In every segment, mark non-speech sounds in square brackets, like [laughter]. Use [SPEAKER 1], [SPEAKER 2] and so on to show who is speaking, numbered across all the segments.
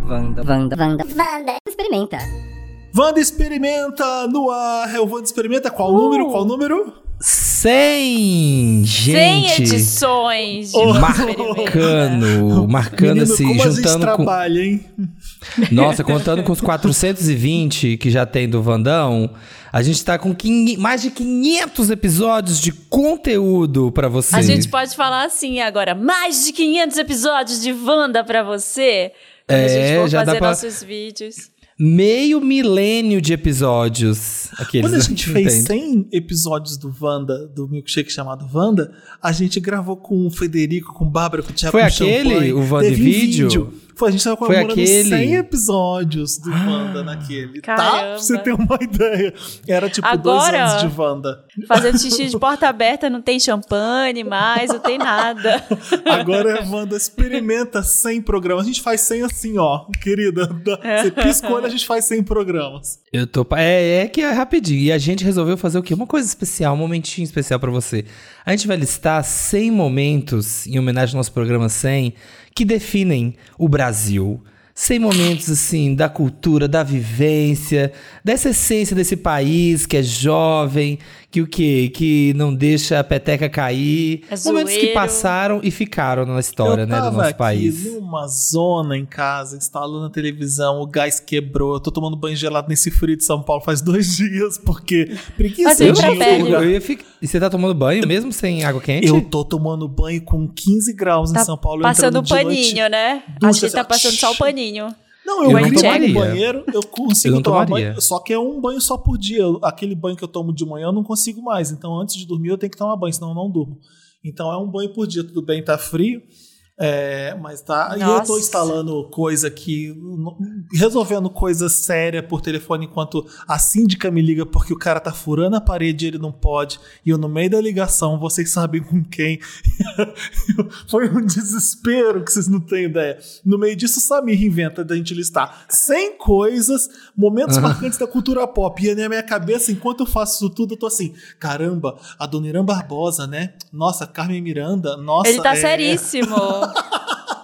[SPEAKER 1] Wanda, Wanda, Wanda, experimenta.
[SPEAKER 2] Wanda experimenta no ar. É o Wanda experimenta.
[SPEAKER 3] Uh!
[SPEAKER 2] Qual número? Qual número?
[SPEAKER 3] Sem
[SPEAKER 4] 100! Gente!
[SPEAKER 3] edições de
[SPEAKER 2] Oh.
[SPEAKER 3] experimento.
[SPEAKER 2] [laughs]
[SPEAKER 4] Marcando, marcando
[SPEAKER 2] Menino,
[SPEAKER 4] assim,
[SPEAKER 2] como a gente
[SPEAKER 4] juntando com.
[SPEAKER 2] trabalha, hein?
[SPEAKER 4] Nossa, contando com os 420 que já tem do Vandão, a gente tá com quinhe- mais de 500 episódios de conteúdo pra você.
[SPEAKER 3] A gente pode falar assim agora, mais de 500 episódios de Wanda pra você. Quando a gente
[SPEAKER 4] É,
[SPEAKER 3] for
[SPEAKER 4] já dá
[SPEAKER 3] fazer
[SPEAKER 4] pra-
[SPEAKER 3] nossos vídeos.
[SPEAKER 4] Meio milênio de episódios. Aqueles,
[SPEAKER 2] Quando a
[SPEAKER 4] [laughs]
[SPEAKER 2] gente
[SPEAKER 4] né?
[SPEAKER 2] fez
[SPEAKER 4] Entende?
[SPEAKER 2] 100 episódios do Wanda, do milkshake chamado Wanda, a gente gravou com o Federico, com o Bárbara, com o Thiago,
[SPEAKER 4] Foi
[SPEAKER 2] com o
[SPEAKER 4] aquele,
[SPEAKER 2] Champanhe.
[SPEAKER 4] o Wanda em
[SPEAKER 2] Teve
[SPEAKER 4] vídeo?
[SPEAKER 2] Foi, a gente tava comemorando
[SPEAKER 4] aquele? Ah!
[SPEAKER 2] 100 episódios do Wanda naquele, tá? Pra
[SPEAKER 3] Caramba.
[SPEAKER 2] você ter uma [laughs] ideia. Era tipo dois
[SPEAKER 3] Agora-
[SPEAKER 2] anos de Wanda.
[SPEAKER 3] Fazendo xixi de porta aberta, não tem champanhe mais, não tem
[SPEAKER 4] [laughs]
[SPEAKER 3] nada. [laughs]
[SPEAKER 2] Agora é Wanda experimenta 100 programas. A gente faz 100 assim, ó, querida. Você pisca o olho, a gente faz 100 programas.
[SPEAKER 4] Eu tô. pa- É, é que é rapidinho. E a gente resolveu fazer o quê? Uma coisa especial, um momentinho especial pra você. A gente vai listar 100 momentos, em homenagem ao nosso programa 100, que definem o Brasil. 100 momentos, assim, da cultura, da vivência, dessa essência desse país que é jovem, que o quê? Que não deixa a peteca cair.
[SPEAKER 3] É
[SPEAKER 4] momentos que
[SPEAKER 3] zoeiro.
[SPEAKER 4] passaram e ficaram na história,
[SPEAKER 2] eu
[SPEAKER 4] né,
[SPEAKER 2] tava
[SPEAKER 4] do nosso
[SPEAKER 2] aqui
[SPEAKER 4] país.
[SPEAKER 2] numa zona em casa, instalando a televisão, o gás quebrou, eu tô tomando banho gelado nesse frio de São Paulo faz [laughs] dois dias, porque preguiça
[SPEAKER 3] Mas
[SPEAKER 2] de ir
[SPEAKER 3] eu
[SPEAKER 2] em outro
[SPEAKER 3] prefiro.
[SPEAKER 2] lugar.
[SPEAKER 4] Eu ia ficar- E você tá tomando banho mesmo sem água quente?
[SPEAKER 2] Eu tô tomando banho com 15 graus em
[SPEAKER 3] Tá
[SPEAKER 2] São Paulo. eu
[SPEAKER 3] Passando um
[SPEAKER 2] entrando de noite.
[SPEAKER 3] paninho, né?
[SPEAKER 2] Ducha,
[SPEAKER 3] Acho que
[SPEAKER 2] assim, ó.
[SPEAKER 3] tá passando só o paninho.
[SPEAKER 2] Não,
[SPEAKER 4] Eu
[SPEAKER 2] eu,
[SPEAKER 4] não
[SPEAKER 2] entro lá no
[SPEAKER 4] tomaria.
[SPEAKER 2] banheiro, eu consigo
[SPEAKER 4] Eu não
[SPEAKER 2] tomar
[SPEAKER 4] tomaria.
[SPEAKER 2] banho. Só que é um banho só por dia. Aquele banho que eu tomo de manhã eu não consigo mais. Então, antes de dormir, eu tenho que tomar banho, senão eu não durmo. Então é um banho por dia, tudo bem, tá frio. é, mas tá. E eu tô
[SPEAKER 3] Nossa.
[SPEAKER 2] instalando coisa aqui, no- resolvendo coisa séria por telefone, enquanto a síndica me liga porque o cara tá furando a parede e ele não pode. E eu, no meio da ligação, vocês sabem com quem. [laughs] Foi um desespero que vocês não têm ideia. No meio disso, o Samir inventa da gente listar 100 coisas, momentos marcantes da cultura pop. E na minha cabeça, enquanto eu faço isso tudo, eu tô assim: caramba, a Dona Irã Barbosa, né? Nossa, Carmen Miranda, nossa.
[SPEAKER 3] Ele tá
[SPEAKER 2] é-
[SPEAKER 3] seríssimo.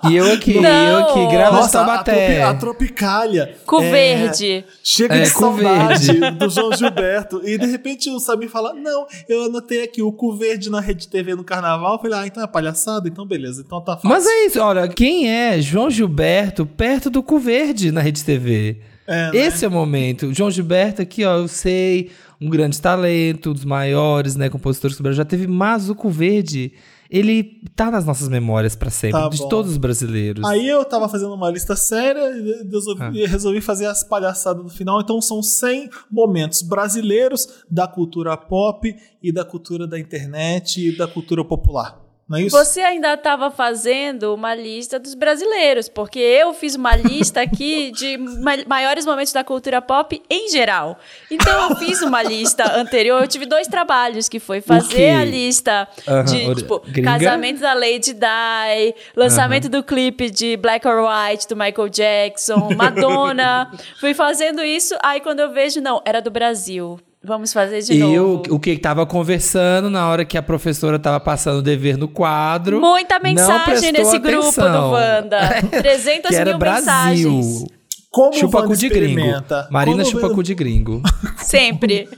[SPEAKER 4] E eu aqui, eu
[SPEAKER 3] Não.
[SPEAKER 4] aqui, grava
[SPEAKER 2] Nossa, tá, a, tropi,
[SPEAKER 4] Taubaté.
[SPEAKER 2] a Tropicália.
[SPEAKER 3] Com
[SPEAKER 2] é,
[SPEAKER 3] verde.
[SPEAKER 2] Chega
[SPEAKER 4] É,
[SPEAKER 2] de
[SPEAKER 4] cu
[SPEAKER 2] saudade do João Gilberto. E de repente o Samir fala: Não, eu anotei aqui o cu verde na Rede TV no carnaval. Eu falei: Ah, então é palhaçada? Então beleza, então tá fácil.
[SPEAKER 4] Mas é isso, olha, quem é João Gilberto perto do Cu Verde na Rede TV?
[SPEAKER 2] É, né?
[SPEAKER 4] Esse é o momento. João Gilberto aqui, ó, eu sei, um grande talento, um dos maiores, né, compositores que o Brasil já teve, mas o Cu Verde, ele tá nas nossas memórias pra sempre,
[SPEAKER 2] Tá
[SPEAKER 4] de
[SPEAKER 2] bom.
[SPEAKER 4] todos os brasileiros.
[SPEAKER 2] Aí eu tava fazendo uma lista séria e
[SPEAKER 4] É.
[SPEAKER 2] resolvi, resolvi fazer as palhaçadas no final. Então são 100 momentos brasileiros da cultura pop e da cultura da internet e da cultura popular. Não é isso?
[SPEAKER 3] Você ainda estava fazendo uma lista dos brasileiros, porque eu fiz uma lista
[SPEAKER 4] [laughs]
[SPEAKER 3] aqui de ma- maiores momentos da cultura pop em geral. Então eu fiz uma lista anterior, eu tive dois trabalhos, que foi fazer a lista
[SPEAKER 4] Aham,
[SPEAKER 3] de,
[SPEAKER 4] ori-
[SPEAKER 3] tipo,
[SPEAKER 4] gringa?
[SPEAKER 3] casamento da Lady Di, lançamento do clipe de Black or White, do Michael Jackson,
[SPEAKER 4] [laughs]
[SPEAKER 3] Madonna. Fui fazendo isso, aí quando eu vejo, não, era do Brasil. Vamos fazer de
[SPEAKER 4] e
[SPEAKER 3] novo.
[SPEAKER 4] o, o que tava conversando na hora que a professora tava passando o dever no quadro.
[SPEAKER 3] Muita
[SPEAKER 4] não
[SPEAKER 3] mensagem
[SPEAKER 4] prestou
[SPEAKER 3] nesse grupo do
[SPEAKER 4] atenção.
[SPEAKER 3] Wanda. 300
[SPEAKER 4] [laughs] Que era
[SPEAKER 3] mil
[SPEAKER 4] Brasil.
[SPEAKER 3] mensagens.
[SPEAKER 2] Como
[SPEAKER 4] Chupa
[SPEAKER 2] Wanda
[SPEAKER 4] cu de gringo.
[SPEAKER 2] experimenta?
[SPEAKER 4] Marina
[SPEAKER 2] Como
[SPEAKER 4] chupa
[SPEAKER 2] Wanda-
[SPEAKER 4] cu de gringo.
[SPEAKER 3] Sempre.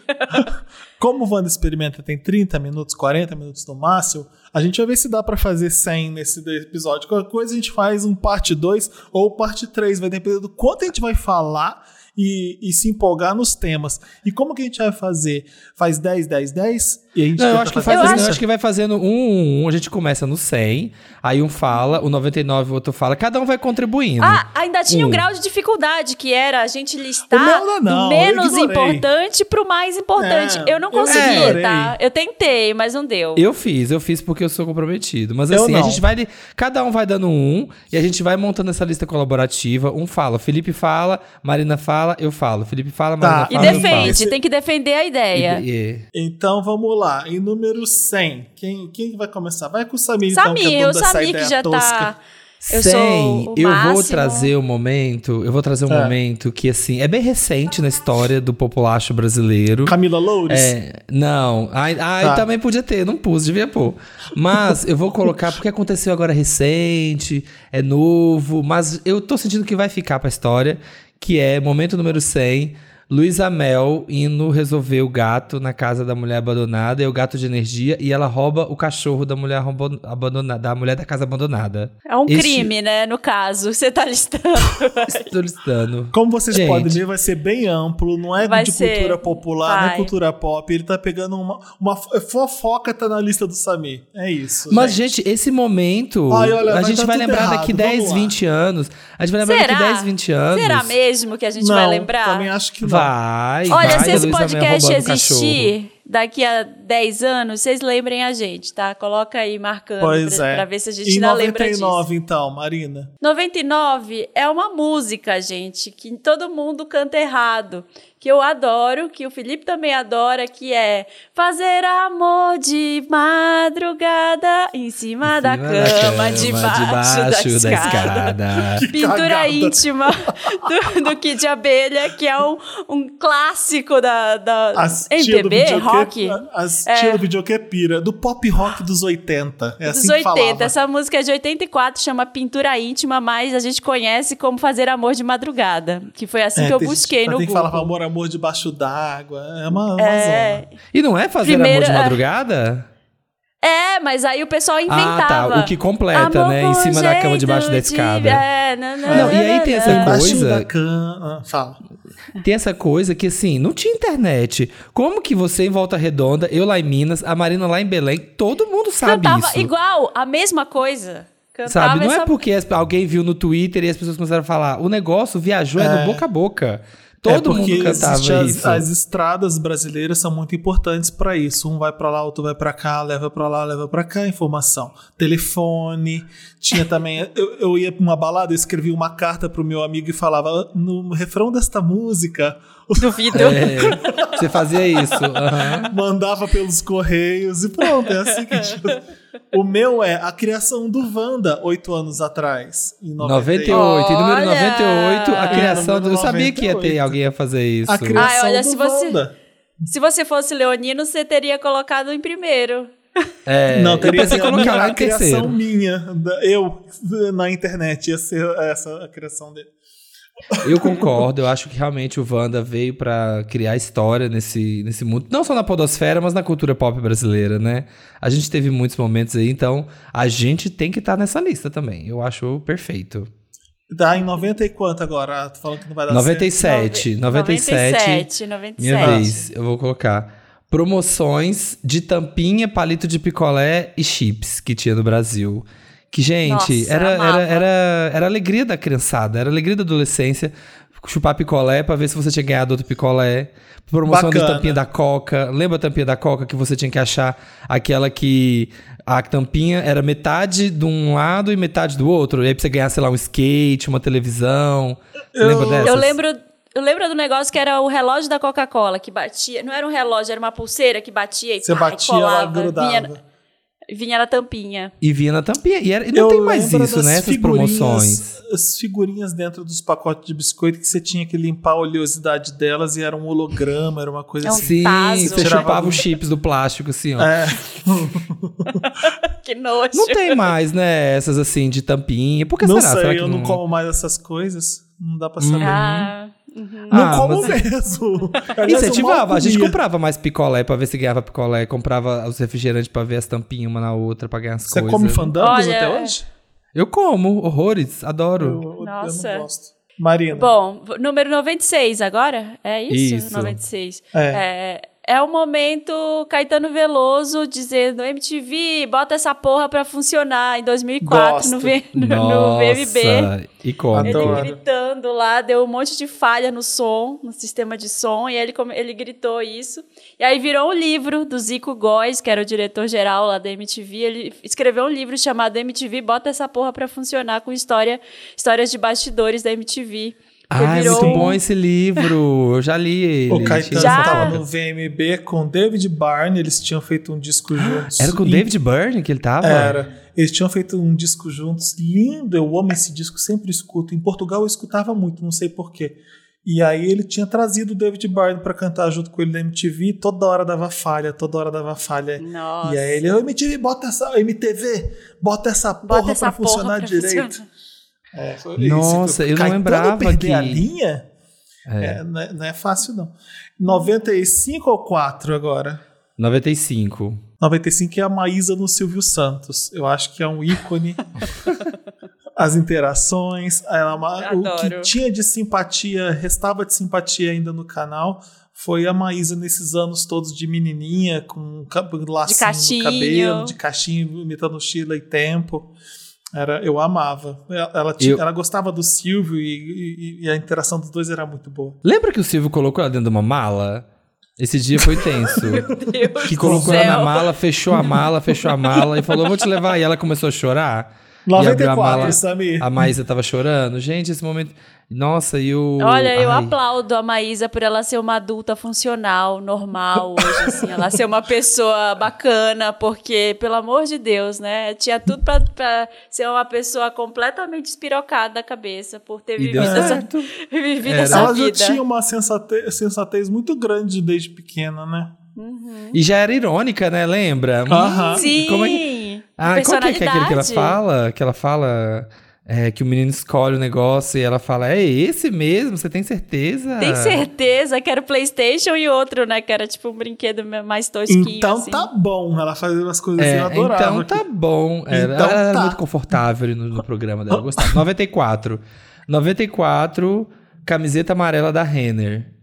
[SPEAKER 2] Como o Wanda Experimenta tem 30 minutos, 40 minutos no máximo, a gente vai ver se dá pra fazer 100 nesse episódio. Qualquer coisa a gente faz um parte 2 ou parte 3, vai depender do quanto a gente vai falar e, e se empolgar nos temas. E como que a gente vai fazer? Faz 10, 10, 10? E a gente
[SPEAKER 4] Não, eu
[SPEAKER 2] tenta
[SPEAKER 4] acho que
[SPEAKER 2] fazer
[SPEAKER 4] faz, assim,
[SPEAKER 2] isso?
[SPEAKER 4] eu acho que vai fazendo um, um, um, a gente começa no 100, aí um fala, o 99 o outro fala, cada um vai contribuindo.
[SPEAKER 3] Ah, ainda tinha um
[SPEAKER 4] Um.
[SPEAKER 3] grau de dificuldade, que era a gente listar
[SPEAKER 2] O meu não,
[SPEAKER 3] do
[SPEAKER 2] eu
[SPEAKER 3] menos
[SPEAKER 2] ignorei.
[SPEAKER 3] importante pro mais importante.
[SPEAKER 2] Não,
[SPEAKER 3] eu não
[SPEAKER 2] É, eu
[SPEAKER 3] conseguia,
[SPEAKER 2] ignorei.
[SPEAKER 3] tá? Eu tentei, mas não deu.
[SPEAKER 4] Eu fiz, eu fiz porque eu sou comprometido. Mas
[SPEAKER 2] Eu
[SPEAKER 4] assim, a
[SPEAKER 2] não.
[SPEAKER 4] gente vai. Cada um vai dando um e a gente vai montando essa lista colaborativa. Um fala, Felipe fala, Marina fala, eu falo. Felipe fala, Marina
[SPEAKER 2] Tá.
[SPEAKER 3] E
[SPEAKER 4] fala. eu falo.
[SPEAKER 3] defende, tem que defender a ideia.
[SPEAKER 4] Ah, E- é. e-
[SPEAKER 2] Então vamos lá, em número 100, quem, quem vai começar? Vai com o Samir, então, que é
[SPEAKER 3] Samir,
[SPEAKER 2] dono
[SPEAKER 3] o
[SPEAKER 2] dessa
[SPEAKER 3] Samir
[SPEAKER 2] ideia
[SPEAKER 3] que já
[SPEAKER 2] tosca.
[SPEAKER 3] tá. Eu
[SPEAKER 4] Sem,
[SPEAKER 3] sou o
[SPEAKER 4] eu vou
[SPEAKER 3] máximo.
[SPEAKER 4] trazer o momento, eu vou trazer um
[SPEAKER 2] É.
[SPEAKER 4] momento que assim, é bem recente na história do populacho brasileiro.
[SPEAKER 2] Camila Loures.
[SPEAKER 4] É, não, ai, ai,
[SPEAKER 2] Tá.
[SPEAKER 4] também podia ter, não pus, devia pôr. Mas eu vou colocar porque aconteceu agora recente, é novo, mas eu tô sentindo que vai ficar pra história, que é momento número 100, Luísa Mel indo resolver o gato na casa da mulher abandonada, é o gato de energia, e ela rouba o cachorro da mulher arrombo- abandonada, da mulher da casa abandonada.
[SPEAKER 3] É um
[SPEAKER 4] Este-
[SPEAKER 3] crime, né? No caso, [laughs] você tá listando.
[SPEAKER 4] Estou listando.
[SPEAKER 2] Como vocês
[SPEAKER 4] Gente.
[SPEAKER 2] podem ver, vai ser bem amplo, não é
[SPEAKER 3] Vai
[SPEAKER 2] de
[SPEAKER 3] ser,
[SPEAKER 2] cultura popular, não é
[SPEAKER 3] vai.
[SPEAKER 2] cultura pop. Ele tá pegando uma, uma fo- fofoca, tá na lista do Samir. É isso.
[SPEAKER 4] Mas, gente, esse momento.
[SPEAKER 2] Ai, olha,
[SPEAKER 4] a
[SPEAKER 2] vai
[SPEAKER 4] gente
[SPEAKER 2] dar
[SPEAKER 4] vai
[SPEAKER 2] tudo
[SPEAKER 4] lembrar
[SPEAKER 2] errado,
[SPEAKER 4] daqui
[SPEAKER 2] vamos
[SPEAKER 4] 10,
[SPEAKER 2] lá.
[SPEAKER 4] 20 anos. A gente vai lembrar
[SPEAKER 3] Será?
[SPEAKER 4] daqui 10, 20 anos.
[SPEAKER 3] Será mesmo que a gente
[SPEAKER 2] não,
[SPEAKER 3] vai lembrar?
[SPEAKER 2] Também acho que não.
[SPEAKER 4] Vai.
[SPEAKER 3] Olha,
[SPEAKER 4] vai,
[SPEAKER 3] se esse
[SPEAKER 4] Luísa Mel
[SPEAKER 3] podcast
[SPEAKER 4] roubando o cachorro.
[SPEAKER 3] existir daqui a 10 anos, vocês lembrem a gente, tá? Coloca aí marcando
[SPEAKER 2] Pois
[SPEAKER 3] pra,
[SPEAKER 2] é.
[SPEAKER 3] pra ver se a gente
[SPEAKER 2] Em
[SPEAKER 3] ainda lembra disso.
[SPEAKER 2] 99, então, Marina.
[SPEAKER 3] 99 é uma música, gente, que todo mundo canta errado, que eu adoro, que o Felipe também adora, que é Fazer amor de madrugada em cima,
[SPEAKER 4] Em
[SPEAKER 3] da,
[SPEAKER 4] cima
[SPEAKER 3] cama, debaixo, da, escada. Pintura
[SPEAKER 2] Cagada.
[SPEAKER 3] íntima [laughs] do, do Kid Abelha, que é um, um clássico da, da
[SPEAKER 2] Assistia do
[SPEAKER 3] MPB,
[SPEAKER 2] videoque-
[SPEAKER 3] rock. É.
[SPEAKER 2] Assistia do videoquê pira. Do pop rock dos 80. É
[SPEAKER 3] dos
[SPEAKER 2] assim que
[SPEAKER 3] 80.
[SPEAKER 2] falava.
[SPEAKER 3] Essa música é de 84, chama Pintura Íntima, mas a gente conhece como Fazer Amor de Madrugada, que foi assim
[SPEAKER 2] É,
[SPEAKER 3] que eu
[SPEAKER 2] tem-
[SPEAKER 3] busquei no
[SPEAKER 2] Tem que
[SPEAKER 3] Google.
[SPEAKER 2] falar amor, amor debaixo d'água. É uma, uma
[SPEAKER 3] é,
[SPEAKER 2] zona.
[SPEAKER 4] E não é fazer
[SPEAKER 3] Primeiro,
[SPEAKER 4] amor de
[SPEAKER 3] é.
[SPEAKER 4] madrugada?
[SPEAKER 3] é, mas aí o pessoal inventava.
[SPEAKER 4] Ah, tá. O que completa,
[SPEAKER 3] Amor
[SPEAKER 4] né?
[SPEAKER 3] com
[SPEAKER 4] Em cima da cama,
[SPEAKER 3] jeito
[SPEAKER 4] debaixo da
[SPEAKER 3] de-
[SPEAKER 4] escada.
[SPEAKER 3] É, não, não,
[SPEAKER 4] Não, e aí tem essa
[SPEAKER 3] não.
[SPEAKER 4] é coisa-
[SPEAKER 2] Debaixo da cama. Ah, Fala.
[SPEAKER 4] Tem essa coisa que, assim, não tinha internet. Como que você em Volta Redonda, eu lá em Minas, a Marina lá em Belém, todo mundo sabe
[SPEAKER 3] Cantava
[SPEAKER 4] isso.
[SPEAKER 3] igual, a mesma coisa. Cantava
[SPEAKER 4] Sabe, não
[SPEAKER 3] essa
[SPEAKER 4] é porque as- alguém viu no Twitter e as pessoas começaram a falar, o negócio viajou, é,
[SPEAKER 2] É.
[SPEAKER 4] no boca a boca.
[SPEAKER 2] É
[SPEAKER 4] Todo
[SPEAKER 2] porque
[SPEAKER 4] mundo
[SPEAKER 2] existe
[SPEAKER 4] cantava
[SPEAKER 2] as,
[SPEAKER 4] isso.
[SPEAKER 2] as estradas brasileiras são muito importantes para isso. Um vai para lá, outro vai para cá, leva para lá, leva para cá informação. Telefone, tinha também. [laughs] eu, eu ia pra uma balada, eu escrevia uma carta pro meu amigo e falava "Ah, no refrão desta música. [laughs]
[SPEAKER 3] Duvido.
[SPEAKER 4] É, você fazia isso. aham.
[SPEAKER 2] Mandava pelos correios e pronto, é assim que tinha. O meu é a criação do Wanda, oito anos atrás, em 98.
[SPEAKER 4] 98. E número
[SPEAKER 3] Olha!
[SPEAKER 4] 98, a
[SPEAKER 3] É,
[SPEAKER 4] criação do. Eu
[SPEAKER 2] número
[SPEAKER 4] sabia que ia ter
[SPEAKER 2] 98.
[SPEAKER 4] alguém a fazer isso.
[SPEAKER 2] A criação
[SPEAKER 3] Ai, Ah, olha,
[SPEAKER 2] do
[SPEAKER 3] se você-
[SPEAKER 2] Wanda.
[SPEAKER 3] Se você fosse leonino, você teria colocado em primeiro.
[SPEAKER 4] É,
[SPEAKER 2] Não,
[SPEAKER 4] eu
[SPEAKER 2] teria
[SPEAKER 4] pensei em
[SPEAKER 2] sido a
[SPEAKER 4] colocar
[SPEAKER 2] minha-
[SPEAKER 4] lá
[SPEAKER 2] a
[SPEAKER 4] em
[SPEAKER 2] criação
[SPEAKER 4] terceiro.
[SPEAKER 2] minha, da- eu na internet, ia ser essa a criação dele.
[SPEAKER 4] Eu concordo, eu acho que realmente o Wanda veio pra criar história nesse, nesse mundo. Não só na podosfera, mas na cultura pop brasileira, né? A gente teve muitos momentos aí, então a gente tem que estar nessa lista também. Eu acho perfeito.
[SPEAKER 2] Tá em 90 e quanto agora? Ah, Tô falando que não vai dar certo.
[SPEAKER 4] 97, 97.
[SPEAKER 3] 97.
[SPEAKER 4] Minha
[SPEAKER 3] 97.
[SPEAKER 4] vez, eu vou colocar. Promoções de tampinha, palito de picolé e chips que tinha no Brasil. Que, gente,
[SPEAKER 3] Nossa,
[SPEAKER 4] era, era,
[SPEAKER 3] amava.
[SPEAKER 4] era, era a alegria da criançada, era a alegria da adolescência. Chupar picolé pra ver se você tinha ganhado outro picolé. Promoção de
[SPEAKER 2] Bacana.
[SPEAKER 4] tampinha da Coca. Lembra a tampinha da Coca que você tinha que achar aquela que a tampinha era metade de um lado e metade do outro? E aí pra você ganhar, sei lá, um skate, uma televisão. Você lembra dessas?
[SPEAKER 3] Eu lembro, eu lembro do negócio que era o relógio da Coca-Cola que batia. Não era um relógio, era uma pulseira que batia e
[SPEAKER 2] Você
[SPEAKER 3] pá, e
[SPEAKER 2] batia lá,
[SPEAKER 3] colava, vinha,
[SPEAKER 2] grudava.
[SPEAKER 3] vinha na tampinha.
[SPEAKER 4] E vinha na tampinha. E, era- e não
[SPEAKER 2] Eu
[SPEAKER 4] tem mais
[SPEAKER 2] lembro
[SPEAKER 4] isso,
[SPEAKER 2] das
[SPEAKER 4] né? Essas
[SPEAKER 2] figurinhas-
[SPEAKER 4] promoções.
[SPEAKER 2] As figurinhas dentro dos pacotes de biscoito que você tinha que limpar a oleosidade delas e era um holograma, era uma coisa
[SPEAKER 3] É um-
[SPEAKER 2] assim.
[SPEAKER 4] Sim,
[SPEAKER 3] tazo.
[SPEAKER 4] você
[SPEAKER 2] Tirava
[SPEAKER 4] chupava
[SPEAKER 2] um-
[SPEAKER 4] os chips do plástico, assim, ó.
[SPEAKER 2] É,
[SPEAKER 3] Que nojo.
[SPEAKER 4] Não tem mais, né? Essas assim, de tampinha. Por que
[SPEAKER 2] não
[SPEAKER 4] será?
[SPEAKER 2] sei,
[SPEAKER 4] será que Hum.
[SPEAKER 2] eu não como mais essas coisas. Não dá pra saber.
[SPEAKER 3] Ah, uhum.
[SPEAKER 2] Não
[SPEAKER 4] Ah,
[SPEAKER 2] como
[SPEAKER 4] mas- [laughs]
[SPEAKER 2] mesmo. Aliás, eu
[SPEAKER 4] Incentivava,
[SPEAKER 2] mal
[SPEAKER 4] a gente
[SPEAKER 2] comia.
[SPEAKER 4] comprava mais picolé pra ver se ganhava picolé, comprava os refrigerantes pra ver as tampinhas uma na outra, pra ganhar as
[SPEAKER 2] Você
[SPEAKER 4] coisas. né?
[SPEAKER 2] come fandangos
[SPEAKER 3] Olha,
[SPEAKER 2] até
[SPEAKER 3] é.
[SPEAKER 2] hoje?
[SPEAKER 4] Eu como, horrores,
[SPEAKER 2] Eu,
[SPEAKER 4] adoro.
[SPEAKER 2] eu
[SPEAKER 3] Nossa.
[SPEAKER 2] não gosto. Marina.
[SPEAKER 3] Bom, v- número 96 agora? É isso?
[SPEAKER 4] Isso.
[SPEAKER 3] 96.
[SPEAKER 2] É.
[SPEAKER 3] É, é o momento Caetano Veloso dizendo MTV, bota essa porra pra funcionar em 2004 no,
[SPEAKER 2] Gosto.
[SPEAKER 3] V- no, [laughs] no VMB.
[SPEAKER 4] Nossa, e como?
[SPEAKER 3] Ele
[SPEAKER 2] Adoro.
[SPEAKER 3] gritando lá, deu um monte de falha no som, no sistema de som, e aí ele, come- ele gritou isso. E aí virou um livro do Zico Góes, que era o diretor-geral lá da MTV. Ele escreveu um livro chamado MTV Bota Essa Porra Pra Funcionar, com história, histórias de bastidores da MTV.
[SPEAKER 4] Ah, é
[SPEAKER 3] virou
[SPEAKER 4] muito
[SPEAKER 3] um-
[SPEAKER 4] bom esse livro. Eu já li ele.
[SPEAKER 2] O Caetano
[SPEAKER 3] Já.
[SPEAKER 2] tava no VMB com David Byrne, eles tinham feito um disco juntos.
[SPEAKER 4] Ah, Era com o
[SPEAKER 2] E-
[SPEAKER 4] David Byrne que ele tava?
[SPEAKER 2] Era. Eles tinham feito um disco juntos, lindo. Eu amo esse disco, sempre escuto. Em Portugal eu escutava muito, não sei porquê. E aí ele tinha trazido o David Byrne pra cantar junto com ele na MTV, e toda hora dava falha, toda hora dava falha.
[SPEAKER 3] Nossa.
[SPEAKER 2] E aí ele, "Ô, MTV, bota essa, MTV, bota essa porra
[SPEAKER 3] Bota essa
[SPEAKER 2] pra
[SPEAKER 3] porra
[SPEAKER 2] funcionar
[SPEAKER 3] pra
[SPEAKER 2] direito.
[SPEAKER 3] funcionar.
[SPEAKER 2] É, foi-
[SPEAKER 4] Nossa,
[SPEAKER 2] esse-
[SPEAKER 4] eu não
[SPEAKER 2] Caetano
[SPEAKER 4] lembrava
[SPEAKER 2] perder
[SPEAKER 4] que-
[SPEAKER 2] a linha?
[SPEAKER 4] É.
[SPEAKER 2] É, não, é, não é fácil, não. 95 ou 4 agora?
[SPEAKER 4] 95.
[SPEAKER 2] 95 é a Maísa no Silvio Santos. Eu acho que é um ícone. As interações. ela é uma- o que
[SPEAKER 3] Adoro.
[SPEAKER 2] tinha de simpatia, restava de simpatia ainda no canal, foi a Maísa nesses anos todos de menininha, com um ca- lacinho
[SPEAKER 3] cachinho.
[SPEAKER 2] no cabelo, de cachinho, imitando Sheila e Tempo. Era, eu amava. Ela, ela tinha-
[SPEAKER 4] Eu-
[SPEAKER 2] ela gostava do Silvio e- e- e a interação dos dois era muito boa.
[SPEAKER 4] Lembra que o Silvio colocou ela dentro de uma mala? Esse dia
[SPEAKER 3] [laughs]
[SPEAKER 4] foi tenso.
[SPEAKER 3] Deus
[SPEAKER 4] que
[SPEAKER 3] do
[SPEAKER 4] colocou ela na
[SPEAKER 3] céu.
[SPEAKER 4] mala, fechou a mala, fechou a mala e falou: vou te levar. E ela começou a chorar. E abriu a
[SPEAKER 2] 94,
[SPEAKER 4] mala.
[SPEAKER 2] Samir.
[SPEAKER 4] A Maísa tava chorando. Gente, esse momento. Nossa, e o.
[SPEAKER 3] Olha, eu
[SPEAKER 4] Tipo, Ai.
[SPEAKER 3] aplaudo a Maísa por ela ser uma adulta funcional, normal hoje, assim. Ela ser uma pessoa bacana, porque, pelo amor de Deus, né? Tinha tudo pra, pra ser uma pessoa completamente espirocada da cabeça por ter
[SPEAKER 4] E
[SPEAKER 3] vivido
[SPEAKER 4] deu
[SPEAKER 3] essa,
[SPEAKER 4] certo.
[SPEAKER 3] [laughs]
[SPEAKER 4] É,
[SPEAKER 3] vivido
[SPEAKER 4] Era.
[SPEAKER 3] essa
[SPEAKER 2] Ela já
[SPEAKER 3] vida.
[SPEAKER 2] tinha uma sensatez, sensatez muito grande desde pequena, né?
[SPEAKER 4] E já era irônica, né? Lembra?
[SPEAKER 2] Aham.
[SPEAKER 3] Sim!
[SPEAKER 4] Como é que- Ah, qual que é, que é aquele que ela
[SPEAKER 3] Personalidade.
[SPEAKER 4] fala? Que ela fala é, que o menino escolhe o negócio e ela fala: É esse mesmo? Você tem certeza?
[SPEAKER 3] Tem certeza que era o Playstation e outro, né? Que era tipo um brinquedo mais tosquinho,
[SPEAKER 2] Então
[SPEAKER 3] assim.
[SPEAKER 2] tá bom. Ela fazia umas coisas assim,
[SPEAKER 4] É,
[SPEAKER 2] eu adorava.
[SPEAKER 4] então tá bom. É,
[SPEAKER 2] Então
[SPEAKER 4] ela era
[SPEAKER 2] tá.
[SPEAKER 4] muito confortável no, no programa dela. Eu gostava. 94. 94, camiseta amarela da Renner.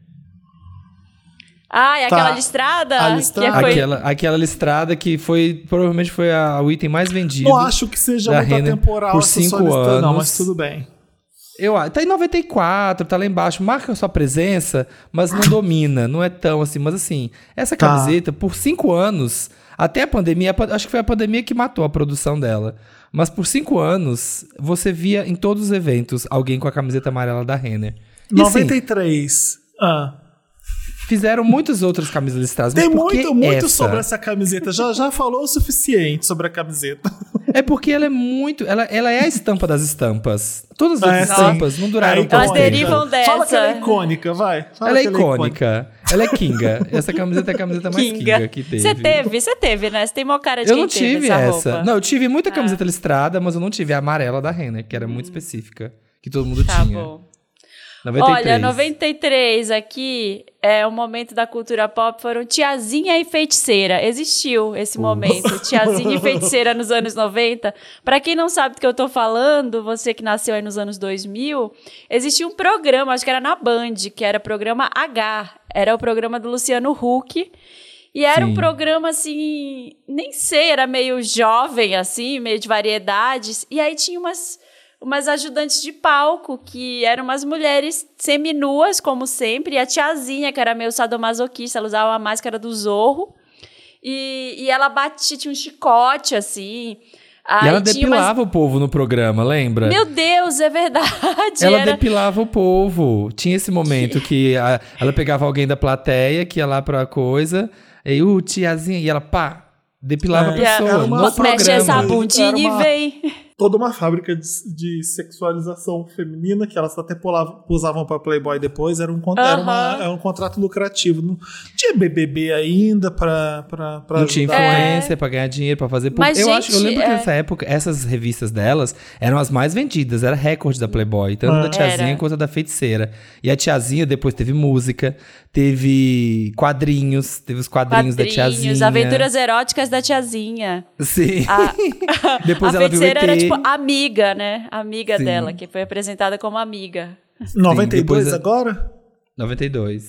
[SPEAKER 3] Ah, e aquela
[SPEAKER 2] Tá.
[SPEAKER 3] listrada?
[SPEAKER 2] A listrada.
[SPEAKER 3] Que É, foi...
[SPEAKER 4] Aquela, aquela listrada que foi, provavelmente foi a- o item mais vendido.
[SPEAKER 2] Não acho que seja
[SPEAKER 4] da
[SPEAKER 2] muito
[SPEAKER 4] Renner
[SPEAKER 2] atemporal
[SPEAKER 4] por
[SPEAKER 2] essa
[SPEAKER 4] cinco
[SPEAKER 2] sua lista, não,
[SPEAKER 4] anos.
[SPEAKER 2] mas tudo bem.
[SPEAKER 4] Eu, a- tá em 94, tá lá embaixo. Marca a sua presença, mas não domina. Não é tão assim. Mas assim, essa
[SPEAKER 2] Tá.
[SPEAKER 4] camiseta, por cinco anos, até a pandemia, a pan- acho que foi a pandemia que matou a produção dela. Mas por cinco anos, você via em todos os eventos alguém com a camiseta amarela da Renner. E assim,
[SPEAKER 2] 93. Ah.
[SPEAKER 4] fizeram muitas outras camisas listradas. mas
[SPEAKER 2] Tem
[SPEAKER 4] por que
[SPEAKER 2] muito, muito
[SPEAKER 4] essa?
[SPEAKER 2] sobre essa camiseta. Já, já falou o suficiente sobre a camiseta.
[SPEAKER 4] É porque ela é muito. Ela, ela é a estampa das estampas. Todas as
[SPEAKER 2] É,
[SPEAKER 4] outras
[SPEAKER 2] sim.
[SPEAKER 4] estampas não duraram
[SPEAKER 2] É
[SPEAKER 4] tanto
[SPEAKER 3] Elas
[SPEAKER 2] icônica.
[SPEAKER 4] tempo.
[SPEAKER 3] derivam
[SPEAKER 2] Fala
[SPEAKER 3] dessa.
[SPEAKER 2] que ela é icônica, vai. Fala
[SPEAKER 4] Ela é
[SPEAKER 2] que
[SPEAKER 4] icônica. Ela é Kinga. Essa camiseta é a camiseta mais Kinga, que teve.
[SPEAKER 3] Você teve, você teve, né? Você tem mó cara de
[SPEAKER 4] Eu
[SPEAKER 3] quem
[SPEAKER 4] não tive
[SPEAKER 3] teve essa,
[SPEAKER 4] essa.
[SPEAKER 3] roupa. Ah.
[SPEAKER 4] Não, eu tive muita camiseta listrada, mas eu não tive a amarela da Renner, que era muito específica, que todo mundo
[SPEAKER 3] Hum. tá
[SPEAKER 4] tinha.
[SPEAKER 3] bom.
[SPEAKER 4] 93.
[SPEAKER 3] Olha, 93 aqui é o momento da cultura pop foram tiazinha e feiticeira. Existiu esse momento, tiazinha e feiticeira nos anos 90. Pra quem não sabe do que eu tô falando, você que nasceu aí nos anos 2000, existia um programa, acho que era na Band, que era programa H, era o programa do Luciano Huck. E era um
[SPEAKER 4] Sim.
[SPEAKER 3] programa assim, nem sei, era meio jovem assim, meio de variedades, e aí tinha umas umas ajudantes de palco, que eram umas mulheres seminuas, como sempre, e a tiazinha, que era meio sadomasoquista, ela usava a máscara do Zorro, e, e ela batia, tinha um chicote, assim.
[SPEAKER 4] E ela
[SPEAKER 3] Aí tinha
[SPEAKER 4] depilava o povo no programa, lembra?
[SPEAKER 3] Umas... Meu Deus, é verdade!
[SPEAKER 4] ela
[SPEAKER 3] era-
[SPEAKER 4] depilava o povo. Tinha esse momento que a- ela pegava alguém da plateia, que ia lá pra coisa, e o tiazinha, e ela pá,
[SPEAKER 3] Ah.
[SPEAKER 4] depilava a
[SPEAKER 2] É,
[SPEAKER 4] pessoa
[SPEAKER 2] era uma-
[SPEAKER 4] no
[SPEAKER 2] Mexe
[SPEAKER 4] programa.
[SPEAKER 3] Mexe essa
[SPEAKER 2] programa.
[SPEAKER 3] bundinha
[SPEAKER 2] Era uma-
[SPEAKER 3] e vem.
[SPEAKER 2] Toda uma fábrica de, de sexualização feminina que elas até polavam- usavam pra Playboy depois. Era um, con- era, uma-
[SPEAKER 3] Aham.
[SPEAKER 2] era um contrato lucrativo. Não tinha BBB ainda pra. pra, pra
[SPEAKER 4] não tinha
[SPEAKER 2] ajudar.
[SPEAKER 4] influência pra ganhar dinheiro, pra fazer pub-
[SPEAKER 3] É. Mas,
[SPEAKER 4] eu
[SPEAKER 3] gente,
[SPEAKER 4] acho, eu lembro que
[SPEAKER 3] é.
[SPEAKER 4] nessa época essas revistas delas eram as mais vendidas, era recorde da Playboy, tanto
[SPEAKER 2] Ah.
[SPEAKER 4] da tiazinha
[SPEAKER 3] Era.
[SPEAKER 4] quanto da feiticeira. E a tiazinha depois teve música, teve quadrinhos, teve os quadrinhos, da
[SPEAKER 3] Quadrinhos,
[SPEAKER 4] tiazinha.
[SPEAKER 3] aventuras eróticas da tiazinha.
[SPEAKER 4] Sim.
[SPEAKER 3] A-
[SPEAKER 4] [laughs] depois
[SPEAKER 3] a
[SPEAKER 4] ela viu
[SPEAKER 3] feiticeira
[SPEAKER 4] ET.
[SPEAKER 3] era, tipo, amiga, né? Amiga
[SPEAKER 4] Sim.
[SPEAKER 3] dela, que foi apresentada como amiga.
[SPEAKER 2] 92
[SPEAKER 4] depois- é.
[SPEAKER 2] agora?
[SPEAKER 4] 92.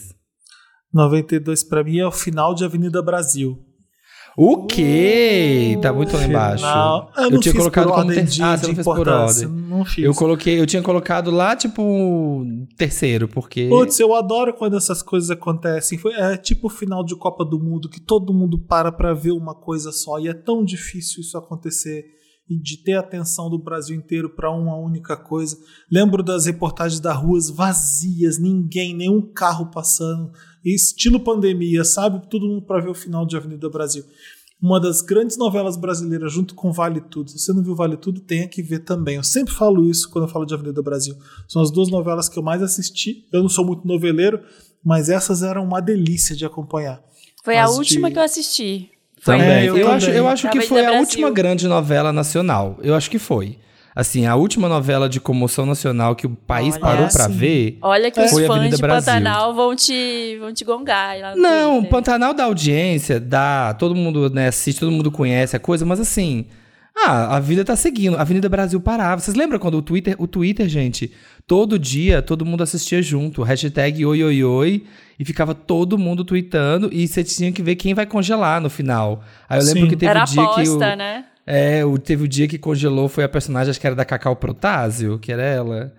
[SPEAKER 2] 92 pra mim é o final de Avenida Brasil.
[SPEAKER 4] O quê?
[SPEAKER 2] Uh,
[SPEAKER 4] Tá muito lá embaixo.
[SPEAKER 2] Final- Eu,
[SPEAKER 4] Eu,
[SPEAKER 2] não
[SPEAKER 4] tinha
[SPEAKER 2] fiz
[SPEAKER 4] colocado
[SPEAKER 2] por
[SPEAKER 4] como
[SPEAKER 2] ordem
[SPEAKER 4] ter...
[SPEAKER 2] de,
[SPEAKER 4] Ah,
[SPEAKER 2] de
[SPEAKER 4] você não fez por
[SPEAKER 2] importância.
[SPEAKER 4] ordem.
[SPEAKER 2] Não fiz.
[SPEAKER 4] Eu coloquei, eu tinha colocado lá tipo terceiro, porque
[SPEAKER 2] Putz, eu adoro quando essas coisas acontecem. Foi- é tipo o final de Copa do Mundo, que todo mundo para pra ver uma coisa só. E é tão difícil isso acontecer. e de ter a atenção do Brasil inteiro para uma única coisa. Lembro das reportagens das ruas vazias, ninguém, nenhum carro passando, estilo pandemia, sabe? Todo mundo para ver o final de Avenida Brasil. Uma das grandes novelas brasileiras, junto com Vale Tudo. Se você não viu Vale Tudo, tem que ver também. Eu sempre falo isso quando eu falo de Avenida Brasil. São as duas novelas que eu mais assisti. Eu não sou muito noveleiro, mas essas eram uma delícia de acompanhar.
[SPEAKER 3] Foi a
[SPEAKER 2] As de-
[SPEAKER 3] última que eu assisti. Foi
[SPEAKER 4] Também.
[SPEAKER 2] eu
[SPEAKER 4] É, eu,
[SPEAKER 2] também.
[SPEAKER 4] acho, eu acho que
[SPEAKER 3] Avenida
[SPEAKER 4] foi a
[SPEAKER 3] Brasil.
[SPEAKER 4] última grande novela nacional. Eu acho que foi. Assim, a última novela de comoção nacional que o país
[SPEAKER 3] Olha,
[SPEAKER 4] parou pra
[SPEAKER 2] sim.
[SPEAKER 4] ver.
[SPEAKER 3] Olha que os
[SPEAKER 4] É. Foi
[SPEAKER 3] fãs
[SPEAKER 4] Avenida
[SPEAKER 3] de
[SPEAKER 4] Brasil.
[SPEAKER 3] Pantanal vão te, vão te gongar lá no
[SPEAKER 4] Não,
[SPEAKER 3] Twitter.
[SPEAKER 4] Pantanal da audiência, dá. Todo mundo né, assiste, todo mundo conhece a coisa, mas assim. Ah, a vida tá seguindo. A Avenida Brasil parava. Vocês lembram quando o Twitter, o Twitter, gente, todo dia todo mundo assistia junto. Hashtag oi, oi, oi. E ficava todo mundo tweetando e você tinha que ver quem vai congelar no final. Aí eu lembro
[SPEAKER 2] Sim.
[SPEAKER 4] que teve
[SPEAKER 3] Era
[SPEAKER 4] um dia
[SPEAKER 3] aposta,
[SPEAKER 4] que o,
[SPEAKER 3] né?
[SPEAKER 4] É, o, teve o dia que congelou, foi a personagem, acho que era da Cacau Protásio, que era ela,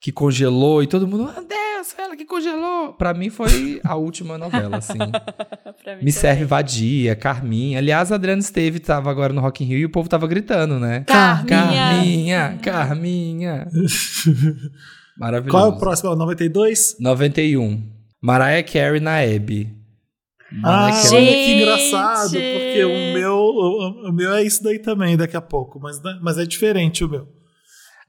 [SPEAKER 4] que congelou e todo mundo, meu Deus, foi ela que congelou. Pra mim foi a última novela, assim.
[SPEAKER 3] Pra mim também.
[SPEAKER 4] Me Serve Vadia, Carminha. Aliás, a Adriana esteve, tava agora no Rock in Rio e o povo tava gritando, né?
[SPEAKER 3] Carminha.
[SPEAKER 4] Carminha,
[SPEAKER 2] [laughs]
[SPEAKER 4] Carminha. Maravilhoso.
[SPEAKER 2] Qual é o próximo? É o 92?
[SPEAKER 4] 91. Mariah Carey na Hebe.
[SPEAKER 2] Ah,
[SPEAKER 4] Mariah
[SPEAKER 2] olha
[SPEAKER 4] Carey.
[SPEAKER 2] que
[SPEAKER 3] Gente!
[SPEAKER 2] engraçado, porque o meu, o, o meu é isso daí também daqui a pouco, mas, né, mas é diferente o meu.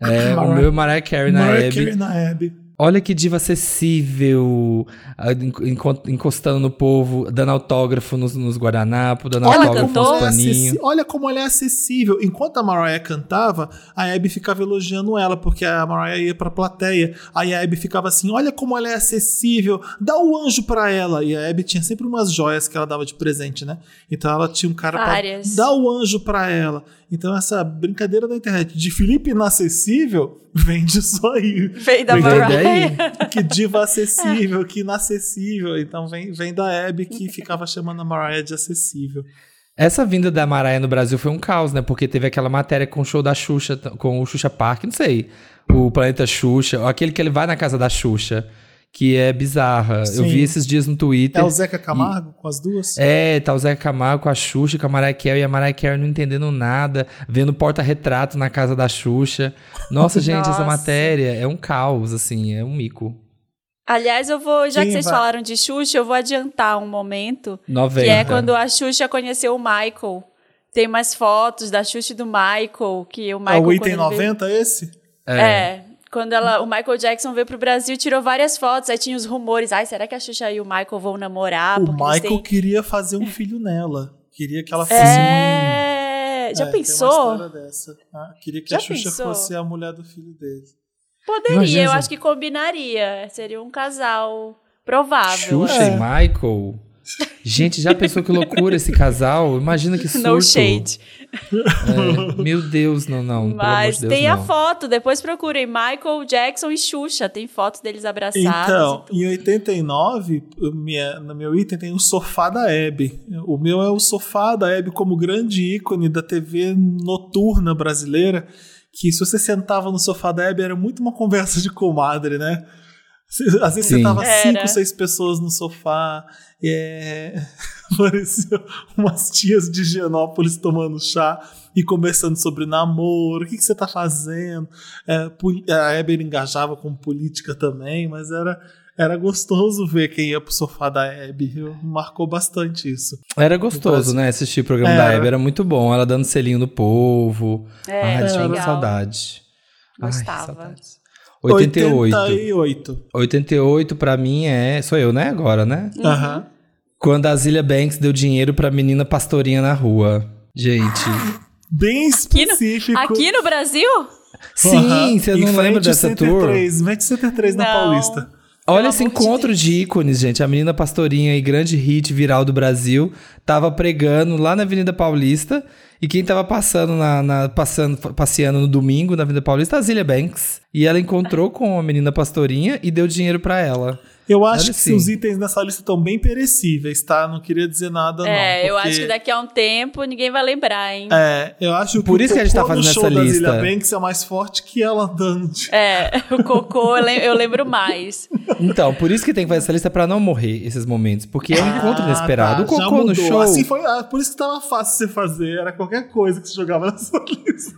[SPEAKER 4] É, o meu é Mariah Carey na
[SPEAKER 2] Mariah
[SPEAKER 4] Hebe.
[SPEAKER 2] Carey na Hebe.
[SPEAKER 4] Olha que diva acessível, ah, enco- enco- encostando no povo, dando autógrafo nos, nos guardanapos, dando
[SPEAKER 3] Ela
[SPEAKER 4] autógrafo
[SPEAKER 3] cantou?
[SPEAKER 4] nos
[SPEAKER 2] é
[SPEAKER 4] paninhos.
[SPEAKER 2] acessi- olha como ela é acessível. Enquanto a Mariah cantava, a Abby ficava elogiando ela, porque a Mariah ia pra plateia. Aí a Abby ficava assim: olha como ela é acessível, dá o anjo pra ela. E a Abby tinha sempre umas joias que ela dava de presente, né? Então ela tinha um cara pra
[SPEAKER 3] Várias.
[SPEAKER 2] dar o anjo pra ela. Então essa brincadeira da internet de Felipe inacessível [laughs] vem disso aí.
[SPEAKER 3] Veio da
[SPEAKER 4] Vem
[SPEAKER 3] Mariah.
[SPEAKER 4] daí?
[SPEAKER 2] Que
[SPEAKER 3] [laughs]
[SPEAKER 2] diva acessível, que inacessível. Então vem, vem da Abby que ficava chamando a Mariah de acessível.
[SPEAKER 4] Essa vinda da Mariah no Brasil foi um caos, né? Porque teve aquela matéria com o show da Xuxa, t- com o Xuxa Park, não sei. O Planeta Xuxa, aquele que ele vai na casa da Xuxa, que é bizarra. Eu
[SPEAKER 2] Sim.
[SPEAKER 4] vi esses dias no Twitter.
[SPEAKER 2] É o Zeca Camargo com as duas?
[SPEAKER 4] É, tá o Zeca Camargo com a Xuxa, com a Mariah Carey, e a Mariah Carey não entendendo nada, vendo porta-retrato na casa da Xuxa.
[SPEAKER 3] [laughs]
[SPEAKER 4] Nossa, gente,
[SPEAKER 3] Nossa.
[SPEAKER 4] essa matéria é um caos, assim, é um mico.
[SPEAKER 3] Aliás, eu vou, já
[SPEAKER 2] Quem
[SPEAKER 3] que vocês
[SPEAKER 2] vai?
[SPEAKER 3] falaram de Xuxa, eu vou adiantar um momento,
[SPEAKER 4] 90.
[SPEAKER 3] que é quando a Xuxa conheceu o Michael. Tem umas fotos da Xuxa e do Michael, que o
[SPEAKER 2] É
[SPEAKER 3] Michael
[SPEAKER 2] o
[SPEAKER 3] quando
[SPEAKER 2] item
[SPEAKER 3] ele veio-
[SPEAKER 2] 90 esse?
[SPEAKER 3] É. Quando ela, o Michael Jackson veio pro Brasil, tirou várias fotos, aí tinha os rumores. Ai, será que a Xuxa e o Michael vão namorar?
[SPEAKER 2] o
[SPEAKER 3] Ah, Porque eles
[SPEAKER 2] Michael
[SPEAKER 3] têm-
[SPEAKER 2] queria fazer um filho nela. Queria que ela fosse.
[SPEAKER 3] É... Já
[SPEAKER 2] É, tem uma
[SPEAKER 3] pensou?
[SPEAKER 2] história dessa. Ah, queria que
[SPEAKER 3] Já
[SPEAKER 2] a Xuxa
[SPEAKER 3] pensou?
[SPEAKER 2] fosse a mulher do filho dele.
[SPEAKER 3] Poderia,
[SPEAKER 4] Imagina,
[SPEAKER 3] eu
[SPEAKER 4] Zé.
[SPEAKER 3] acho que combinaria. Seria um casal provável.
[SPEAKER 4] Xuxa
[SPEAKER 2] É.
[SPEAKER 4] e Michael. Gente, já pensou que loucura esse casal? Imagina que
[SPEAKER 3] [laughs]
[SPEAKER 4] surto.
[SPEAKER 3] No shade.
[SPEAKER 4] É, meu Deus, não, não. pelo amor
[SPEAKER 3] Mas
[SPEAKER 4] de Deus,
[SPEAKER 3] tem
[SPEAKER 4] não.
[SPEAKER 3] a foto, depois procurem Michael Jackson e Xuxa. Tem foto deles abraçados.
[SPEAKER 2] Então,
[SPEAKER 3] e tudo.
[SPEAKER 2] em 89, o minha, no meu item tem o sofá da Hebe. O meu é o sofá da Hebe como grande ícone da TV noturna brasileira, que se você sentava no sofá da Hebe era muito uma conversa de comadre, né? Cê- Às vezes
[SPEAKER 4] Sim.
[SPEAKER 2] sentava
[SPEAKER 3] Era.
[SPEAKER 2] cinco, seis pessoas no sofá, e é... [laughs] parecia umas tias de Genópolis tomando chá e conversando sobre namoro, o que, que você tá fazendo. É, poli- a Heber engajava com política também, mas era, era gostoso ver quem ia pro sofá da Hebe. Eu- Marcou bastante isso.
[SPEAKER 4] Era gostoso, né? Assistir o programa da
[SPEAKER 2] Era.
[SPEAKER 4] Hebe, era muito bom. Ela dando selinho no povo.
[SPEAKER 3] É,
[SPEAKER 4] Ai,
[SPEAKER 3] era
[SPEAKER 4] tinha uma
[SPEAKER 3] legal.
[SPEAKER 4] saudade. Ah, Ai,
[SPEAKER 3] Gostava.
[SPEAKER 4] saudades. 88.
[SPEAKER 2] 88.
[SPEAKER 4] 88 pra mim é. Sou eu, né? Agora, né?
[SPEAKER 3] Uhum.
[SPEAKER 2] Aham.
[SPEAKER 4] Quando a Zilia Banks deu dinheiro pra menina pastorinha na rua. Gente.
[SPEAKER 2] Bem
[SPEAKER 3] no-
[SPEAKER 2] específico.
[SPEAKER 3] Aqui no Brasil?
[SPEAKER 4] Sim, você
[SPEAKER 2] Em
[SPEAKER 4] não
[SPEAKER 2] frente
[SPEAKER 4] lembra
[SPEAKER 2] ao
[SPEAKER 4] dessa tour?
[SPEAKER 2] 103, Mete 103 na
[SPEAKER 3] Não.
[SPEAKER 2] Paulista.
[SPEAKER 4] Olha
[SPEAKER 3] Pelo
[SPEAKER 4] esse
[SPEAKER 3] amor de
[SPEAKER 4] encontro de, ícones, gente. A menina pastorinha e grande hit viral do Brasil tava pregando lá na Avenida Paulista. E quem tava passando na, na- passando, passeando no domingo na Avenida Paulista, a Zilia Banks. E ela encontrou com a menina pastorinha e deu dinheiro pra ela.
[SPEAKER 2] Eu acho
[SPEAKER 4] Olha
[SPEAKER 2] que
[SPEAKER 4] sim.
[SPEAKER 2] os itens nessa lista estão bem perecíveis, tá? Não queria dizer nada, não.
[SPEAKER 3] é, eu
[SPEAKER 2] porque-
[SPEAKER 3] acho que daqui a um tempo ninguém vai lembrar, hein?
[SPEAKER 2] É, eu acho
[SPEAKER 4] Por
[SPEAKER 2] que
[SPEAKER 4] isso
[SPEAKER 2] o
[SPEAKER 4] que a gente tá
[SPEAKER 2] cocô no
[SPEAKER 4] fazendo
[SPEAKER 2] show
[SPEAKER 4] essa
[SPEAKER 2] da
[SPEAKER 4] lista.
[SPEAKER 2] Zilia Banks é mais forte que ela dando de
[SPEAKER 3] É, [laughs] o cocô eu lem- eu lembro mais.
[SPEAKER 4] Então, por isso que tem que fazer essa lista pra não morrer esses momentos. Porque é um encontro
[SPEAKER 2] Ah,
[SPEAKER 4] inesperado.
[SPEAKER 2] tá,
[SPEAKER 4] o
[SPEAKER 2] já
[SPEAKER 4] cocô no
[SPEAKER 2] mudou.
[SPEAKER 4] show.
[SPEAKER 2] Assim foi, ah, por isso que tava fácil você fazer, era qualquer coisa que você jogava [laughs] nessa lista.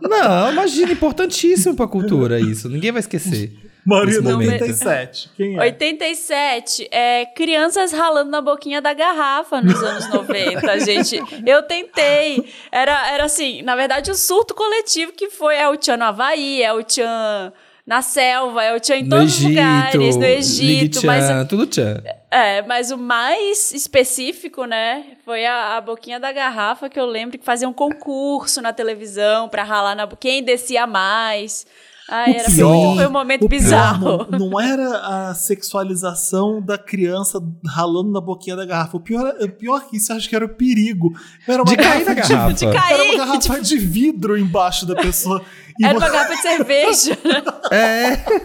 [SPEAKER 4] Não, imagina, importantíssimo pra cultura isso. Ninguém vai esquecer.
[SPEAKER 2] Marina,
[SPEAKER 4] Nesse momento.
[SPEAKER 2] 87. Quem é?
[SPEAKER 3] 87 é crianças ralando na boquinha da garrafa nos anos 90, gente. Eu tentei. Era, era assim, na verdade, o surto coletivo que foi é o Tchan no Havaí, é o Tchan na selva, é o Tchan em
[SPEAKER 4] No
[SPEAKER 3] todos os
[SPEAKER 4] Egito,
[SPEAKER 3] lugares, no
[SPEAKER 4] Ligue
[SPEAKER 3] Egito.
[SPEAKER 4] Tchan,
[SPEAKER 3] mas,
[SPEAKER 4] tudo tchan.
[SPEAKER 3] é, mas o mais específico, né, foi a, a boquinha da garrafa que eu lembro que fazia um concurso na televisão pra ralar na bo- quem descia mais. Ai, era,
[SPEAKER 2] pior-
[SPEAKER 3] foi um momento
[SPEAKER 2] o pior
[SPEAKER 3] bizarro.
[SPEAKER 2] Não, não era a sexualização da criança ralando na boquinha da garrafa. O pior, o pior que isso, eu acho que era o perigo. Era uma
[SPEAKER 4] De cair na garrafa.
[SPEAKER 3] De cair.
[SPEAKER 2] Era uma garrafa de vidro embaixo da pessoa. E
[SPEAKER 3] Era
[SPEAKER 2] você é
[SPEAKER 3] uma garrafa de cerveja. [laughs]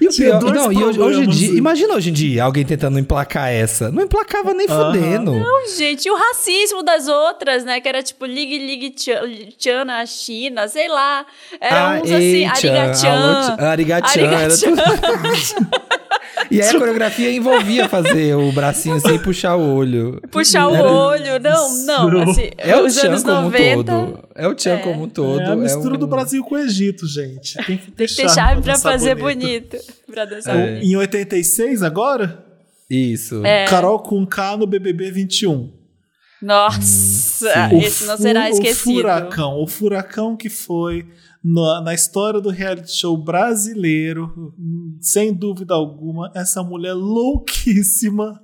[SPEAKER 4] E o
[SPEAKER 2] Tinha
[SPEAKER 4] pior,
[SPEAKER 2] dois
[SPEAKER 4] não, e hoje, hoje em
[SPEAKER 2] problemas.
[SPEAKER 4] dia, imagina hoje em dia alguém tentando emplacar essa. Não emplacava nem
[SPEAKER 2] Aham.
[SPEAKER 4] fudendo.
[SPEAKER 3] Gente, e o racismo das outras, né? Que era tipo Ligue Ligue Tchan- Tchan na China, sei lá. Era
[SPEAKER 4] Ah,
[SPEAKER 3] uns assim, Arigachan.
[SPEAKER 4] Arigachan. Era
[SPEAKER 3] Arigatchan. [laughs]
[SPEAKER 4] tudo... E aí a coreografia envolvia fazer o bracinho assim e puxar o olho.
[SPEAKER 3] Puxar o
[SPEAKER 4] [laughs] Era-
[SPEAKER 3] olho. Não, não. Assim,
[SPEAKER 4] É o
[SPEAKER 3] os
[SPEAKER 4] Tchan
[SPEAKER 3] anos
[SPEAKER 4] como
[SPEAKER 3] 90.
[SPEAKER 4] um todo. É o Tchan
[SPEAKER 3] É.
[SPEAKER 4] como um todo.
[SPEAKER 2] É a mistura
[SPEAKER 4] um-
[SPEAKER 2] do Brasil com o Egito, gente. Tem que ter
[SPEAKER 3] Tem
[SPEAKER 2] charme
[SPEAKER 3] chave pra
[SPEAKER 2] dançar
[SPEAKER 3] fazer bonito. Pra dançar
[SPEAKER 4] É.
[SPEAKER 3] bonito.
[SPEAKER 2] Em 86 agora?
[SPEAKER 4] Isso.
[SPEAKER 3] É.
[SPEAKER 2] Carol com K no BBB 21.
[SPEAKER 3] Nossa,
[SPEAKER 2] O
[SPEAKER 3] Ah, esse não será
[SPEAKER 2] fu- O
[SPEAKER 3] esquecido.
[SPEAKER 2] furacão, o furacão que foi na, na história do reality show brasileiro, hum, sem dúvida alguma, essa mulher louquíssima,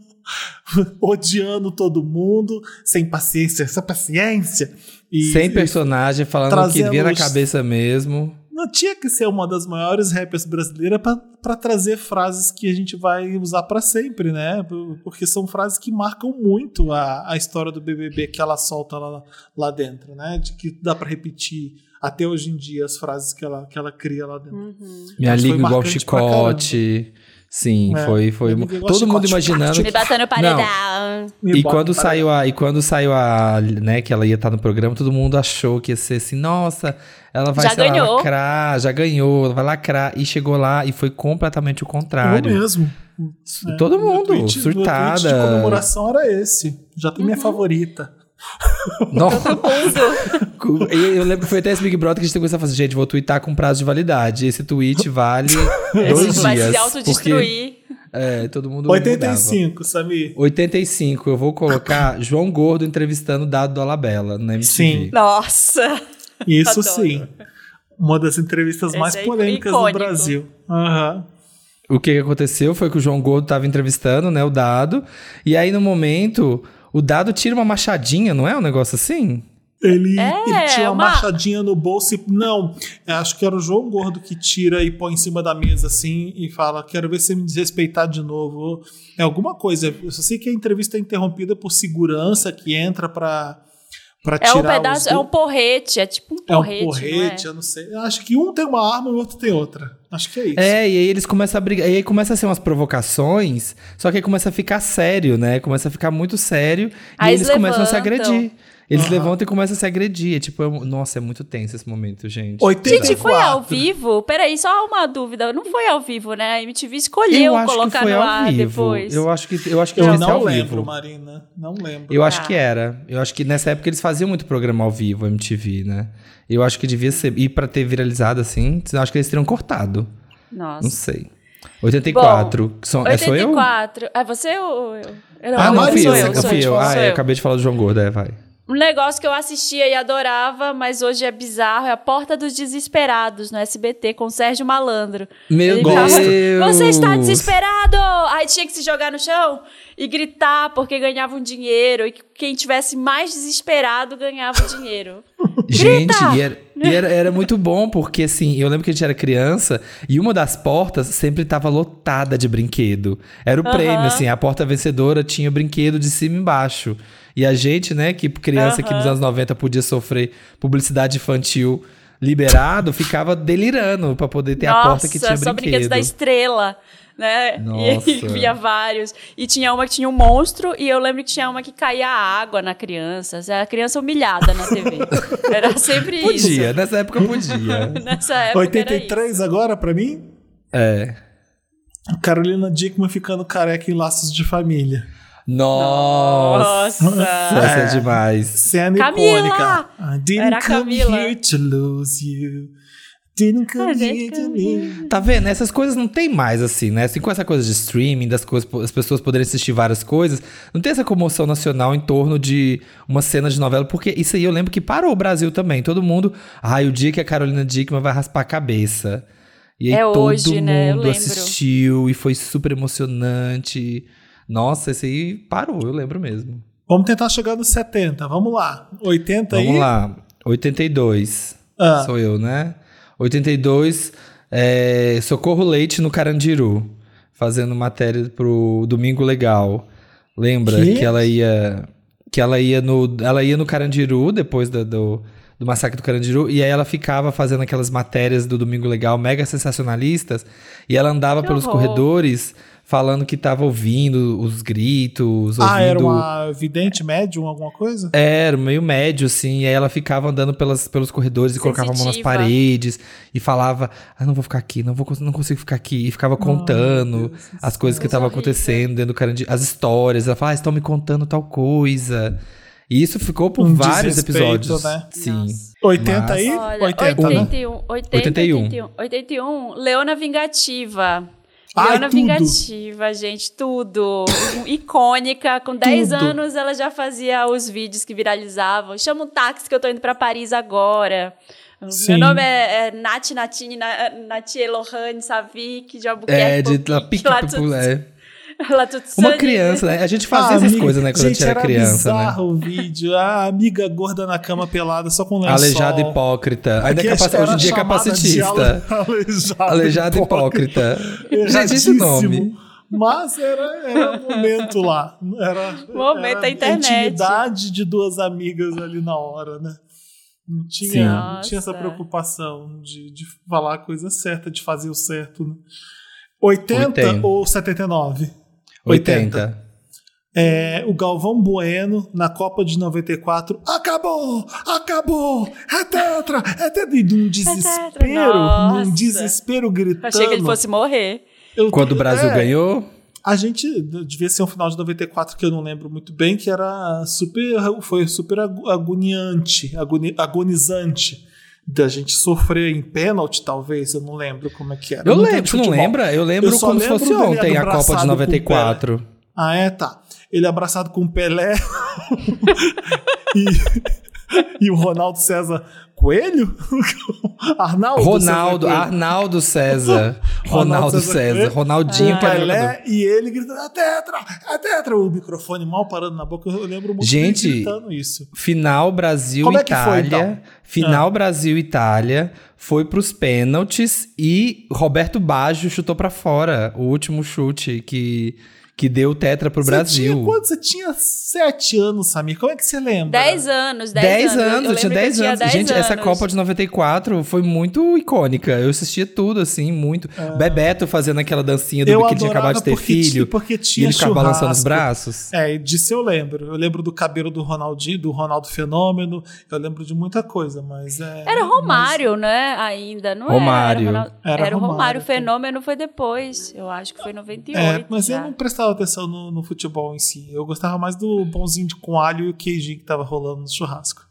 [SPEAKER 2] [laughs] odiando todo mundo, sem paciência, essa paciência. E-
[SPEAKER 4] Sem
[SPEAKER 2] e
[SPEAKER 4] personagem, falando o que
[SPEAKER 2] trazendo
[SPEAKER 4] vinha na
[SPEAKER 2] os-
[SPEAKER 4] cabeça mesmo.
[SPEAKER 2] Não tinha que ser uma das maiores rappers brasileiras pra- pra trazer frases que a gente vai usar pra sempre, né? P- Porque são frases que marcam muito a, a história do BBB que ela solta lá, lá dentro, né? De que dá pra repetir até hoje em dia as frases que ela, que ela cria lá dentro.
[SPEAKER 3] Hum.
[SPEAKER 4] Minha
[SPEAKER 2] Mas foi
[SPEAKER 4] liga igual
[SPEAKER 2] marcante pra caramba.
[SPEAKER 4] chicote. Sim,
[SPEAKER 2] É.
[SPEAKER 4] foi. foi
[SPEAKER 2] Minha liga igual
[SPEAKER 4] Todo mundo
[SPEAKER 2] chicote.
[SPEAKER 4] imaginando
[SPEAKER 3] Me batendo paredão.
[SPEAKER 2] Me
[SPEAKER 4] E
[SPEAKER 2] bota
[SPEAKER 4] quando
[SPEAKER 2] pra-
[SPEAKER 4] saiu a, e quando saiu a, né, que ela ia estar no programa, todo mundo achou que ia ser assim, nossa, ela vai
[SPEAKER 3] Já
[SPEAKER 4] sei lá,
[SPEAKER 3] ganhou.
[SPEAKER 4] lacrar, já ganhou, ela vai lacrar e chegou lá e foi completamente o
[SPEAKER 2] Eu
[SPEAKER 4] contrário.
[SPEAKER 2] mesmo.
[SPEAKER 4] Su- todo mundo
[SPEAKER 2] Meu tweet- meu tweet de
[SPEAKER 4] surtada.
[SPEAKER 2] comemoração era esse. Já tem minha
[SPEAKER 3] Uhum.
[SPEAKER 2] favorita.
[SPEAKER 4] Nossa,
[SPEAKER 3] Mundo.
[SPEAKER 4] eu, eu lembro que foi até esse Big Brother que a gente começou a fazer, gente, vou twittar com prazo de validade. Esse tweet vale
[SPEAKER 3] [laughs]
[SPEAKER 4] dois
[SPEAKER 3] Esse vai
[SPEAKER 4] dias.
[SPEAKER 3] se autodestruir.
[SPEAKER 4] Porque, é, todo mundo 85.
[SPEAKER 3] [laughs]
[SPEAKER 2] 85, Samir.
[SPEAKER 4] 85, eu vou colocar João Gordo entrevistando Dado Dolabella na MTV.
[SPEAKER 2] Sim.
[SPEAKER 3] Nossa.
[SPEAKER 2] Isso
[SPEAKER 3] Adoro.
[SPEAKER 2] sim. Uma das entrevistas
[SPEAKER 3] Esse
[SPEAKER 2] mais
[SPEAKER 3] aí foi
[SPEAKER 2] polêmicas do
[SPEAKER 3] icônico.
[SPEAKER 2] Brasil. Aham.
[SPEAKER 4] O que que aconteceu foi que o João Gordo tava entrevistando, né, o Dado, e aí no momento o Dado tira uma machadinha, não é um negócio assim?
[SPEAKER 2] Ele,
[SPEAKER 3] É,
[SPEAKER 2] ele tinha uma,
[SPEAKER 3] uma-
[SPEAKER 2] machadinha no bolso e. Não, eu acho que era o João Gordo que tira e põe em cima da mesa assim e fala: Quero ver você me desrespeitar de novo. É alguma coisa. Eu só sei que a entrevista é interrompida por segurança que entra pra, pra
[SPEAKER 3] É
[SPEAKER 2] tirar.
[SPEAKER 3] um pedaço,
[SPEAKER 2] os...
[SPEAKER 3] é um porrete, é tipo um
[SPEAKER 2] É um
[SPEAKER 3] porrete.
[SPEAKER 2] porrete,
[SPEAKER 3] não
[SPEAKER 2] eu não sei. Eu acho que um tem uma arma e o outro tem outra. Acho que é isso.
[SPEAKER 4] É, e aí eles começam a brigar, e aí começa a ser umas provocações, só que aí começa a ficar sério, né? Começa a ficar muito sério, e
[SPEAKER 3] Aí
[SPEAKER 4] aí eles
[SPEAKER 3] eles
[SPEAKER 4] começam a se
[SPEAKER 3] levantam.
[SPEAKER 4] agredir. Eles
[SPEAKER 2] Aham.
[SPEAKER 4] levantam e começam a se agredir. É tipo, é um- nossa, é muito tenso esse momento, gente.
[SPEAKER 2] 84.
[SPEAKER 3] é? Gente, foi ao vivo? Peraí, só uma dúvida. Não foi ao vivo, né? A MTV escolheu
[SPEAKER 4] eu acho que
[SPEAKER 3] colocar
[SPEAKER 4] foi
[SPEAKER 3] no
[SPEAKER 4] ao
[SPEAKER 3] ar
[SPEAKER 4] vivo.
[SPEAKER 3] depois.
[SPEAKER 4] Eu acho que eu acho que
[SPEAKER 2] Eu
[SPEAKER 4] deve ser
[SPEAKER 2] não
[SPEAKER 4] ao
[SPEAKER 2] lembro,
[SPEAKER 4] vivo.
[SPEAKER 2] Marina. Não lembro.
[SPEAKER 4] é Eu acho
[SPEAKER 3] Tá.
[SPEAKER 4] que era. Eu acho que nessa época eles faziam muito programa ao vivo, MTV, né? Eu acho que devia ser. E pra ter viralizado assim, eu acho que eles teriam cortado. Não
[SPEAKER 3] Nossa.
[SPEAKER 4] sei. 84. que são, é, sou eu?
[SPEAKER 3] 84. Ah, você ou eu? Não,
[SPEAKER 2] Ah,
[SPEAKER 3] eu-
[SPEAKER 4] não,
[SPEAKER 2] Mari,
[SPEAKER 4] fui
[SPEAKER 3] sou
[SPEAKER 4] eu,
[SPEAKER 3] eu,
[SPEAKER 4] fui
[SPEAKER 3] sou eu,
[SPEAKER 4] eu.
[SPEAKER 3] sou
[SPEAKER 4] Ah, eu
[SPEAKER 3] eu.
[SPEAKER 4] acabei de falar do João Gordo, é, vai.
[SPEAKER 3] Um negócio que eu assistia e adorava, mas hoje é bizarro, é a Porta dos Desesperados no SBT com o Sérgio Malandro.
[SPEAKER 4] Meu
[SPEAKER 3] Ele
[SPEAKER 4] Deus!
[SPEAKER 3] ficava, Você está desesperado! Aí tinha que se jogar no chão e gritar porque ganhava um dinheiro e que quem tivesse mais desesperado ganhava o
[SPEAKER 4] [laughs]
[SPEAKER 3] dinheiro.
[SPEAKER 4] Gente,
[SPEAKER 3] Grita!
[SPEAKER 4] e, era, e era, era muito bom, porque assim, eu lembro que a gente era criança e uma das portas sempre tava lotada de brinquedo. Era o
[SPEAKER 3] Aham.
[SPEAKER 4] prêmio, assim, a porta vencedora tinha o brinquedo de cima e embaixo. E a gente, né, que criança que nos
[SPEAKER 3] Aham.
[SPEAKER 4] anos 90 podia sofrer publicidade infantil liberado, ficava delirando pra poder ter a porta que tinha
[SPEAKER 3] só
[SPEAKER 4] brinquedo.
[SPEAKER 3] brinquedos da estrela, né?
[SPEAKER 4] Nossa.
[SPEAKER 3] E aí [laughs] via vários. E tinha uma que tinha um monstro, e eu lembro que tinha uma que caía água na criança. A criança humilhada na
[SPEAKER 4] [laughs]
[SPEAKER 3] TV. Era sempre
[SPEAKER 4] Podia,
[SPEAKER 3] isso.
[SPEAKER 4] nessa época podia.
[SPEAKER 3] [laughs] Nessa época. É, Era isso.
[SPEAKER 2] 83 agora pra mim?
[SPEAKER 4] é.
[SPEAKER 2] Carolina Dickman ficando careca em laços de família.
[SPEAKER 4] Nossa!
[SPEAKER 3] Nossa.
[SPEAKER 4] Essa é demais.
[SPEAKER 2] Cena
[SPEAKER 3] Camila!
[SPEAKER 2] icônica. I didn't
[SPEAKER 3] Era a
[SPEAKER 2] come
[SPEAKER 3] Camila. é
[SPEAKER 2] here to lose you. Didn't come here to lose
[SPEAKER 4] Tá vendo? Essas coisas não tem mais, assim, né? Assim, com essa coisa de streaming, das coisas, as pessoas poderem assistir várias coisas, não tem essa comoção nacional em torno de uma cena de novela, porque isso aí eu lembro que parou o Brasil também. Todo mundo, ai, o dia que a Carolina Dickman vai raspar a cabeça. E aí
[SPEAKER 3] É
[SPEAKER 4] todo
[SPEAKER 3] hoje,
[SPEAKER 4] mundo
[SPEAKER 3] né? Eu lembro.
[SPEAKER 4] assistiu e foi super emocionante. Nossa, esse aí parou, eu lembro mesmo.
[SPEAKER 2] Vamos tentar chegar nos 70, vamos lá. 80 aí.
[SPEAKER 4] Vamos lá. 82.
[SPEAKER 2] Ah.
[SPEAKER 4] Sou eu, né? 82, é, Socorro Leite no Carandiru, fazendo matéria pro Domingo Legal. Lembra
[SPEAKER 2] Que?
[SPEAKER 4] que, ela ia que ela ia no ela ia no Carandiru depois da- do do massacre do Carandiru, e aí ela ficava fazendo aquelas matérias do Domingo Legal mega sensacionalistas, e ela andava
[SPEAKER 3] Que
[SPEAKER 4] pelos
[SPEAKER 3] horror.
[SPEAKER 4] corredores falando que tava ouvindo os gritos, ouvindo
[SPEAKER 2] Ah, era uma vidente médium, alguma coisa?
[SPEAKER 4] era meio médio, assim, e aí ela ficava andando pelas, pelos corredores e colocava a mão nas
[SPEAKER 3] Sensitiva.
[SPEAKER 4] paredes e falava: Ah, não vou ficar aqui, não, vou, cons- não consigo ficar aqui. E ficava contando as coisas que
[SPEAKER 3] Coisa
[SPEAKER 4] estavam
[SPEAKER 3] horrível.
[SPEAKER 4] acontecendo dentro do Carandiru, as histórias. Ela falava: ah, estão me contando tal coisa. E isso ficou por
[SPEAKER 2] Um
[SPEAKER 4] vários
[SPEAKER 2] desrespeito,
[SPEAKER 4] episódios.
[SPEAKER 2] né?
[SPEAKER 4] Sim.
[SPEAKER 2] 80
[SPEAKER 4] Mas-
[SPEAKER 2] aí?
[SPEAKER 3] Olha,
[SPEAKER 2] 80, né?
[SPEAKER 3] 81, 80,
[SPEAKER 4] 81.
[SPEAKER 3] 81, 81, Leona Vingativa.
[SPEAKER 2] Ai,
[SPEAKER 3] Leona
[SPEAKER 2] tudo.
[SPEAKER 3] Vingativa, gente, tudo. Um- Icônica, com 10
[SPEAKER 2] Tudo.
[SPEAKER 3] anos ela já fazia os vídeos que viralizavam. Chama um táxi que eu tô indo pra Paris agora.
[SPEAKER 2] Sim.
[SPEAKER 3] Meu nome é, é Nath Natini, Na- Nath Elohane Savik, de Albuquerque.
[SPEAKER 4] É, de La Pique
[SPEAKER 3] Latutsani. [laughs]
[SPEAKER 4] Popular. Uma criança, né? A gente fazia essas
[SPEAKER 2] amiga,
[SPEAKER 4] coisas, né, quando a gente era criança, né?
[SPEAKER 2] bizarro o vídeo. A amiga gorda na cama pelada, né? só com lençol.
[SPEAKER 4] Aleijada hipócrita. Ainda é
[SPEAKER 2] Que
[SPEAKER 4] capac...
[SPEAKER 2] era
[SPEAKER 4] Hoje em dia é
[SPEAKER 2] chamada de
[SPEAKER 4] capacitista.
[SPEAKER 2] ale- [laughs] Aleijada,
[SPEAKER 4] Aleijada hipócrita. Gente, esse
[SPEAKER 2] Erradíssimo.
[SPEAKER 4] nome.
[SPEAKER 2] Mas era, era o momento lá. Era,
[SPEAKER 3] Um Momento
[SPEAKER 2] era
[SPEAKER 3] da internet.
[SPEAKER 2] A intimidade de duas amigas ali na hora, né? Não
[SPEAKER 4] Sim.
[SPEAKER 2] tinha, não tinha essa
[SPEAKER 3] Nossa.
[SPEAKER 2] preocupação de, de falar a coisa certa, de fazer o certo. Né? 80
[SPEAKER 4] Oitenta.
[SPEAKER 2] ou 79?
[SPEAKER 4] 80.
[SPEAKER 2] É, o Galvão Bueno, na Copa de 94, acabou! Acabou! É tetra! É tetra! E de um desespero,
[SPEAKER 3] Nossa.
[SPEAKER 2] num desespero gritando.
[SPEAKER 3] Achei que ele fosse morrer.
[SPEAKER 2] Eu-
[SPEAKER 4] Quando o Brasil
[SPEAKER 2] é,
[SPEAKER 4] ganhou.
[SPEAKER 2] A gente devia ser um final de 94 que eu não lembro muito bem, que era super. Foi super agu- agoniante, agoni- agonizante. Da gente sofrer em pênalti, talvez, eu não lembro como é que era.
[SPEAKER 4] Eu
[SPEAKER 2] não
[SPEAKER 4] lembro,
[SPEAKER 2] lembro de
[SPEAKER 4] tu não
[SPEAKER 2] futebol.
[SPEAKER 4] lembra? Eu lembro
[SPEAKER 2] Eu só
[SPEAKER 4] como se
[SPEAKER 2] lembro
[SPEAKER 4] fosse
[SPEAKER 2] dele
[SPEAKER 4] ontem a Copa
[SPEAKER 2] abraçado
[SPEAKER 4] de
[SPEAKER 2] com o
[SPEAKER 4] 94.
[SPEAKER 2] Ah, é, tá. Ele abraçado com o Pelé [laughs] e, e o Ronaldo César Coelho? [laughs] Arnaldo?
[SPEAKER 4] Ronaldo, ah,
[SPEAKER 2] César Coelho.
[SPEAKER 4] Arnaldo César. Ronaldo
[SPEAKER 2] [laughs] Ronaldo
[SPEAKER 4] César.
[SPEAKER 2] César.
[SPEAKER 4] Ronaldinho é
[SPEAKER 2] o
[SPEAKER 4] Pelé.
[SPEAKER 2] Pelé e ele gritando, é tetra, é tetra, o microfone mal parando na boca, eu lembro muito dele
[SPEAKER 4] Gente,
[SPEAKER 2] gritando isso.
[SPEAKER 4] Final Brasil
[SPEAKER 2] Como é que foi,
[SPEAKER 4] Itália.
[SPEAKER 2] então?
[SPEAKER 4] Final Brasil Itália. Foi pros pênaltis e Roberto Baggio chutou pra fora o último chute que, que deu o tetra pro
[SPEAKER 2] Você tinha,
[SPEAKER 4] Brasil.
[SPEAKER 2] quando você tinha sete anos, Samir, como é que você lembra?
[SPEAKER 3] 10 anos, 10,
[SPEAKER 4] 10
[SPEAKER 3] anos.
[SPEAKER 4] anos, eu tinha 10 anos. Gente, essa Copa de 94 foi muito icônica. Eu assistia tudo, assim, muito. Bebeto fazendo aquela dancinha do
[SPEAKER 2] Ah. eu
[SPEAKER 4] que ele tinha
[SPEAKER 2] adorava
[SPEAKER 4] acabado de ter
[SPEAKER 2] porque, ti-
[SPEAKER 4] filho.
[SPEAKER 2] porque
[SPEAKER 4] E
[SPEAKER 2] tinha
[SPEAKER 4] ele ficava balançando os
[SPEAKER 2] churrasco.
[SPEAKER 4] [laughs] braços.
[SPEAKER 2] É, e disso eu lembro. Eu lembro do cabelo do Ronaldinho, do Ronaldo Fenômeno. Eu lembro de muita coisa, mas é.
[SPEAKER 3] Era Romário, né? Ainda, não
[SPEAKER 4] Romário.
[SPEAKER 3] era? Ronaldo-
[SPEAKER 2] Era
[SPEAKER 3] o Romário.
[SPEAKER 2] Romário,
[SPEAKER 3] O fenômeno foi depois. Eu acho que foi em 98.
[SPEAKER 2] É, mas
[SPEAKER 3] um já.
[SPEAKER 2] eu não prestava atenção no, no futebol em si. Eu gostava mais do bonzinho de com alho e o queijinho que tava rolando no churrasco.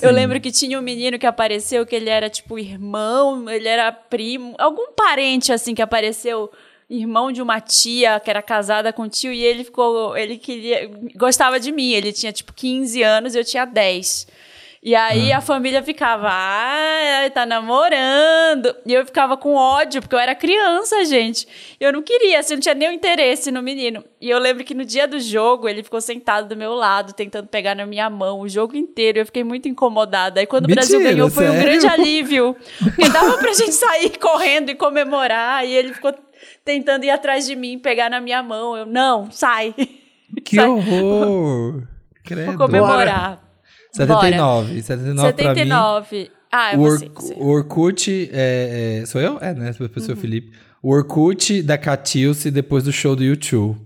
[SPEAKER 3] Eu lembro que tinha um menino que apareceu que ele era tipo irmão, ele era primo, algum parente assim que apareceu, irmão de uma tia que era casada com um tio e ele ficou, ele queria, gostava de mim, ele tinha tipo 15 anos, eu tinha 10. E aí a família ficava, ah, tá namorando. E eu ficava com ódio, porque eu era criança, gente. Eu não queria, assim, não tinha nenhum interesse no menino. E eu lembro que no dia do jogo, ele ficou sentado do meu lado, tentando pegar na minha mão o jogo inteiro. Eu fiquei muito incomodada. Aí quando o Brasil
[SPEAKER 4] Mentira,
[SPEAKER 3] ganhou, foi um
[SPEAKER 4] sério?
[SPEAKER 3] grande alívio. Porque dava pra gente sair correndo e comemorar. E ele ficou tentando ir atrás de mim, pegar na minha mão. Eu, não, sai.
[SPEAKER 4] Que
[SPEAKER 3] Sai.
[SPEAKER 4] horror!
[SPEAKER 3] Vou
[SPEAKER 4] Credo.
[SPEAKER 3] comemorar.
[SPEAKER 4] 79. 79 É pra mim.
[SPEAKER 3] 79. Ah, é
[SPEAKER 4] O,
[SPEAKER 3] você.
[SPEAKER 4] Ork-
[SPEAKER 3] você.
[SPEAKER 4] o Orkut. É, é, sou eu? É, né? Sou o Felipe. O Orkut da Catilce depois do show do YouTube.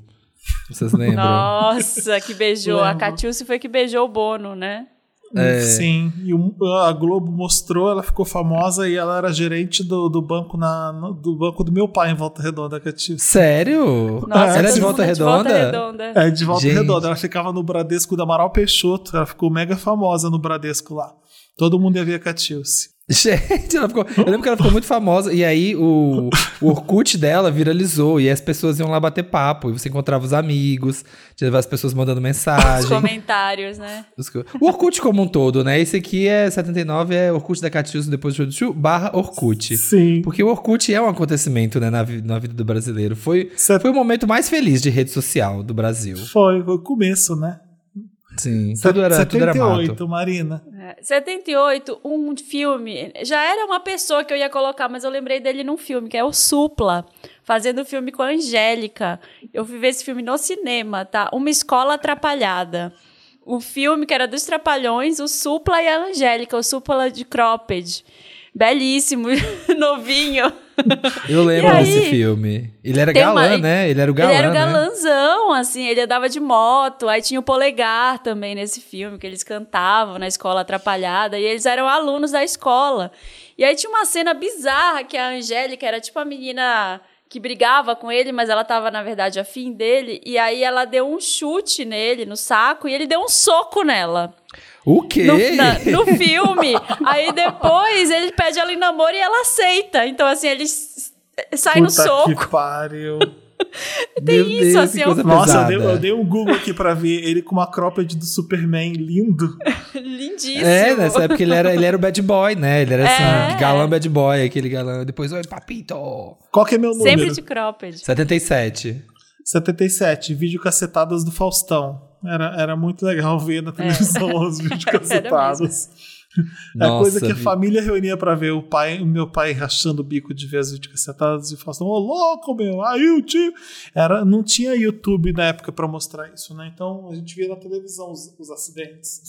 [SPEAKER 4] Vocês lembram?
[SPEAKER 3] Nossa, que beijou. A
[SPEAKER 2] Lembro.
[SPEAKER 3] Catiúcia foi que beijou o Bono, né?
[SPEAKER 4] É.
[SPEAKER 2] Sim, e o- a Globo mostrou, ela ficou famosa e ela era gerente do, do banco na, no- do banco do meu pai em Volta Redonda, que eu tive.
[SPEAKER 4] Sério?
[SPEAKER 3] Nossa,
[SPEAKER 4] Era
[SPEAKER 3] todo
[SPEAKER 4] de
[SPEAKER 3] mundo
[SPEAKER 4] volta
[SPEAKER 3] é
[SPEAKER 4] redonda?
[SPEAKER 3] redonda.
[SPEAKER 2] É, de Volta
[SPEAKER 4] Gente.
[SPEAKER 2] Redonda. Ela ficava no Bradesco da Amaral Peixoto. Ela ficou mega famosa no Bradesco lá. Todo mundo ia ver a Catilce.
[SPEAKER 4] [laughs] Gente, ela ficou. Eu lembro que ela ficou muito famosa. E aí o, o Orkut dela viralizou. E as pessoas iam lá bater papo. E você encontrava os amigos, tinha as pessoas mandando
[SPEAKER 3] Os
[SPEAKER 4] mensagem.
[SPEAKER 3] comentários, né?
[SPEAKER 4] Os co- O Orkut como um todo, né? Esse aqui é 79, é Orkut da Catius depois do Chuchu, barra Orkut.
[SPEAKER 2] Sim.
[SPEAKER 4] Porque o Orkut é um acontecimento, né, na, vi- na vida do brasileiro. Foi,
[SPEAKER 2] Certo.
[SPEAKER 4] foi o momento mais feliz de rede social do Brasil.
[SPEAKER 2] Foi, foi o começo, né?
[SPEAKER 4] Sim, tudo era, tudo era mato.
[SPEAKER 2] Marina.
[SPEAKER 3] É, 78, um filme. Já era uma pessoa que eu ia colocar, mas eu lembrei dele num filme, que é o Supla, fazendo filme com a Angélica. Eu fui ver esse filme no cinema, tá? Uma Escola Atrapalhada. O filme que era dos Trapalhões, o Supla e a Angélica, o Supla de Cropped. Belíssimo, [laughs] novinho.
[SPEAKER 4] Eu lembro
[SPEAKER 3] E aí,
[SPEAKER 4] desse filme. Ele era
[SPEAKER 3] tem
[SPEAKER 4] galã,
[SPEAKER 3] uma-
[SPEAKER 4] né? Ele era o galã,
[SPEAKER 3] ele era o
[SPEAKER 4] né?
[SPEAKER 3] galãzão, assim, ele andava de moto, aí tinha o polegar também nesse filme, que eles cantavam na escola atrapalhada, e eles eram alunos da escola. E aí tinha uma cena bizarra que a Angélica era tipo a menina que brigava com ele, mas ela tava, na verdade, afim dele, e aí ela deu um chute nele, no saco, e ele deu um soco nela.
[SPEAKER 4] O quê?
[SPEAKER 3] No, na- no filme. Aí depois ele pede ela em namoro e ela aceita. Então, assim, ele s- sai no
[SPEAKER 2] Puta
[SPEAKER 3] soco. [laughs]
[SPEAKER 2] que
[SPEAKER 4] [laughs]
[SPEAKER 2] pariu.
[SPEAKER 3] Tem
[SPEAKER 4] Meu
[SPEAKER 3] isso,
[SPEAKER 4] Deus,
[SPEAKER 3] assim,
[SPEAKER 4] que
[SPEAKER 3] é um-
[SPEAKER 4] coisa
[SPEAKER 2] Nossa, eu
[SPEAKER 4] pesada.
[SPEAKER 2] dei, eu dei um Google aqui pra ver ele com uma cropped do Superman lindo.
[SPEAKER 3] Lindíssimo.
[SPEAKER 4] É, nessa época ele era, ele era o bad boy, né? Ele era assim,
[SPEAKER 3] É.
[SPEAKER 4] galã bad boy, aquele galã. Depois, oi, papito!
[SPEAKER 2] Qual que é meu número?
[SPEAKER 3] Sempre de cropped.
[SPEAKER 4] 77.
[SPEAKER 2] 77, vídeo cacetadas do Faustão. Era, era muito legal ver
[SPEAKER 3] É.
[SPEAKER 2] na televisão os vídeos
[SPEAKER 3] [laughs]
[SPEAKER 2] cacetadas. É a coisa que a
[SPEAKER 4] vi-
[SPEAKER 2] família reunia pra ver o pai, o meu pai rachando o bico de ver as vídeos cacetadas e o Faustão, ô louco, meu, aí o tio. Era, não tinha YouTube na época pra mostrar isso, né? Então a gente via na televisão os, os acidentes.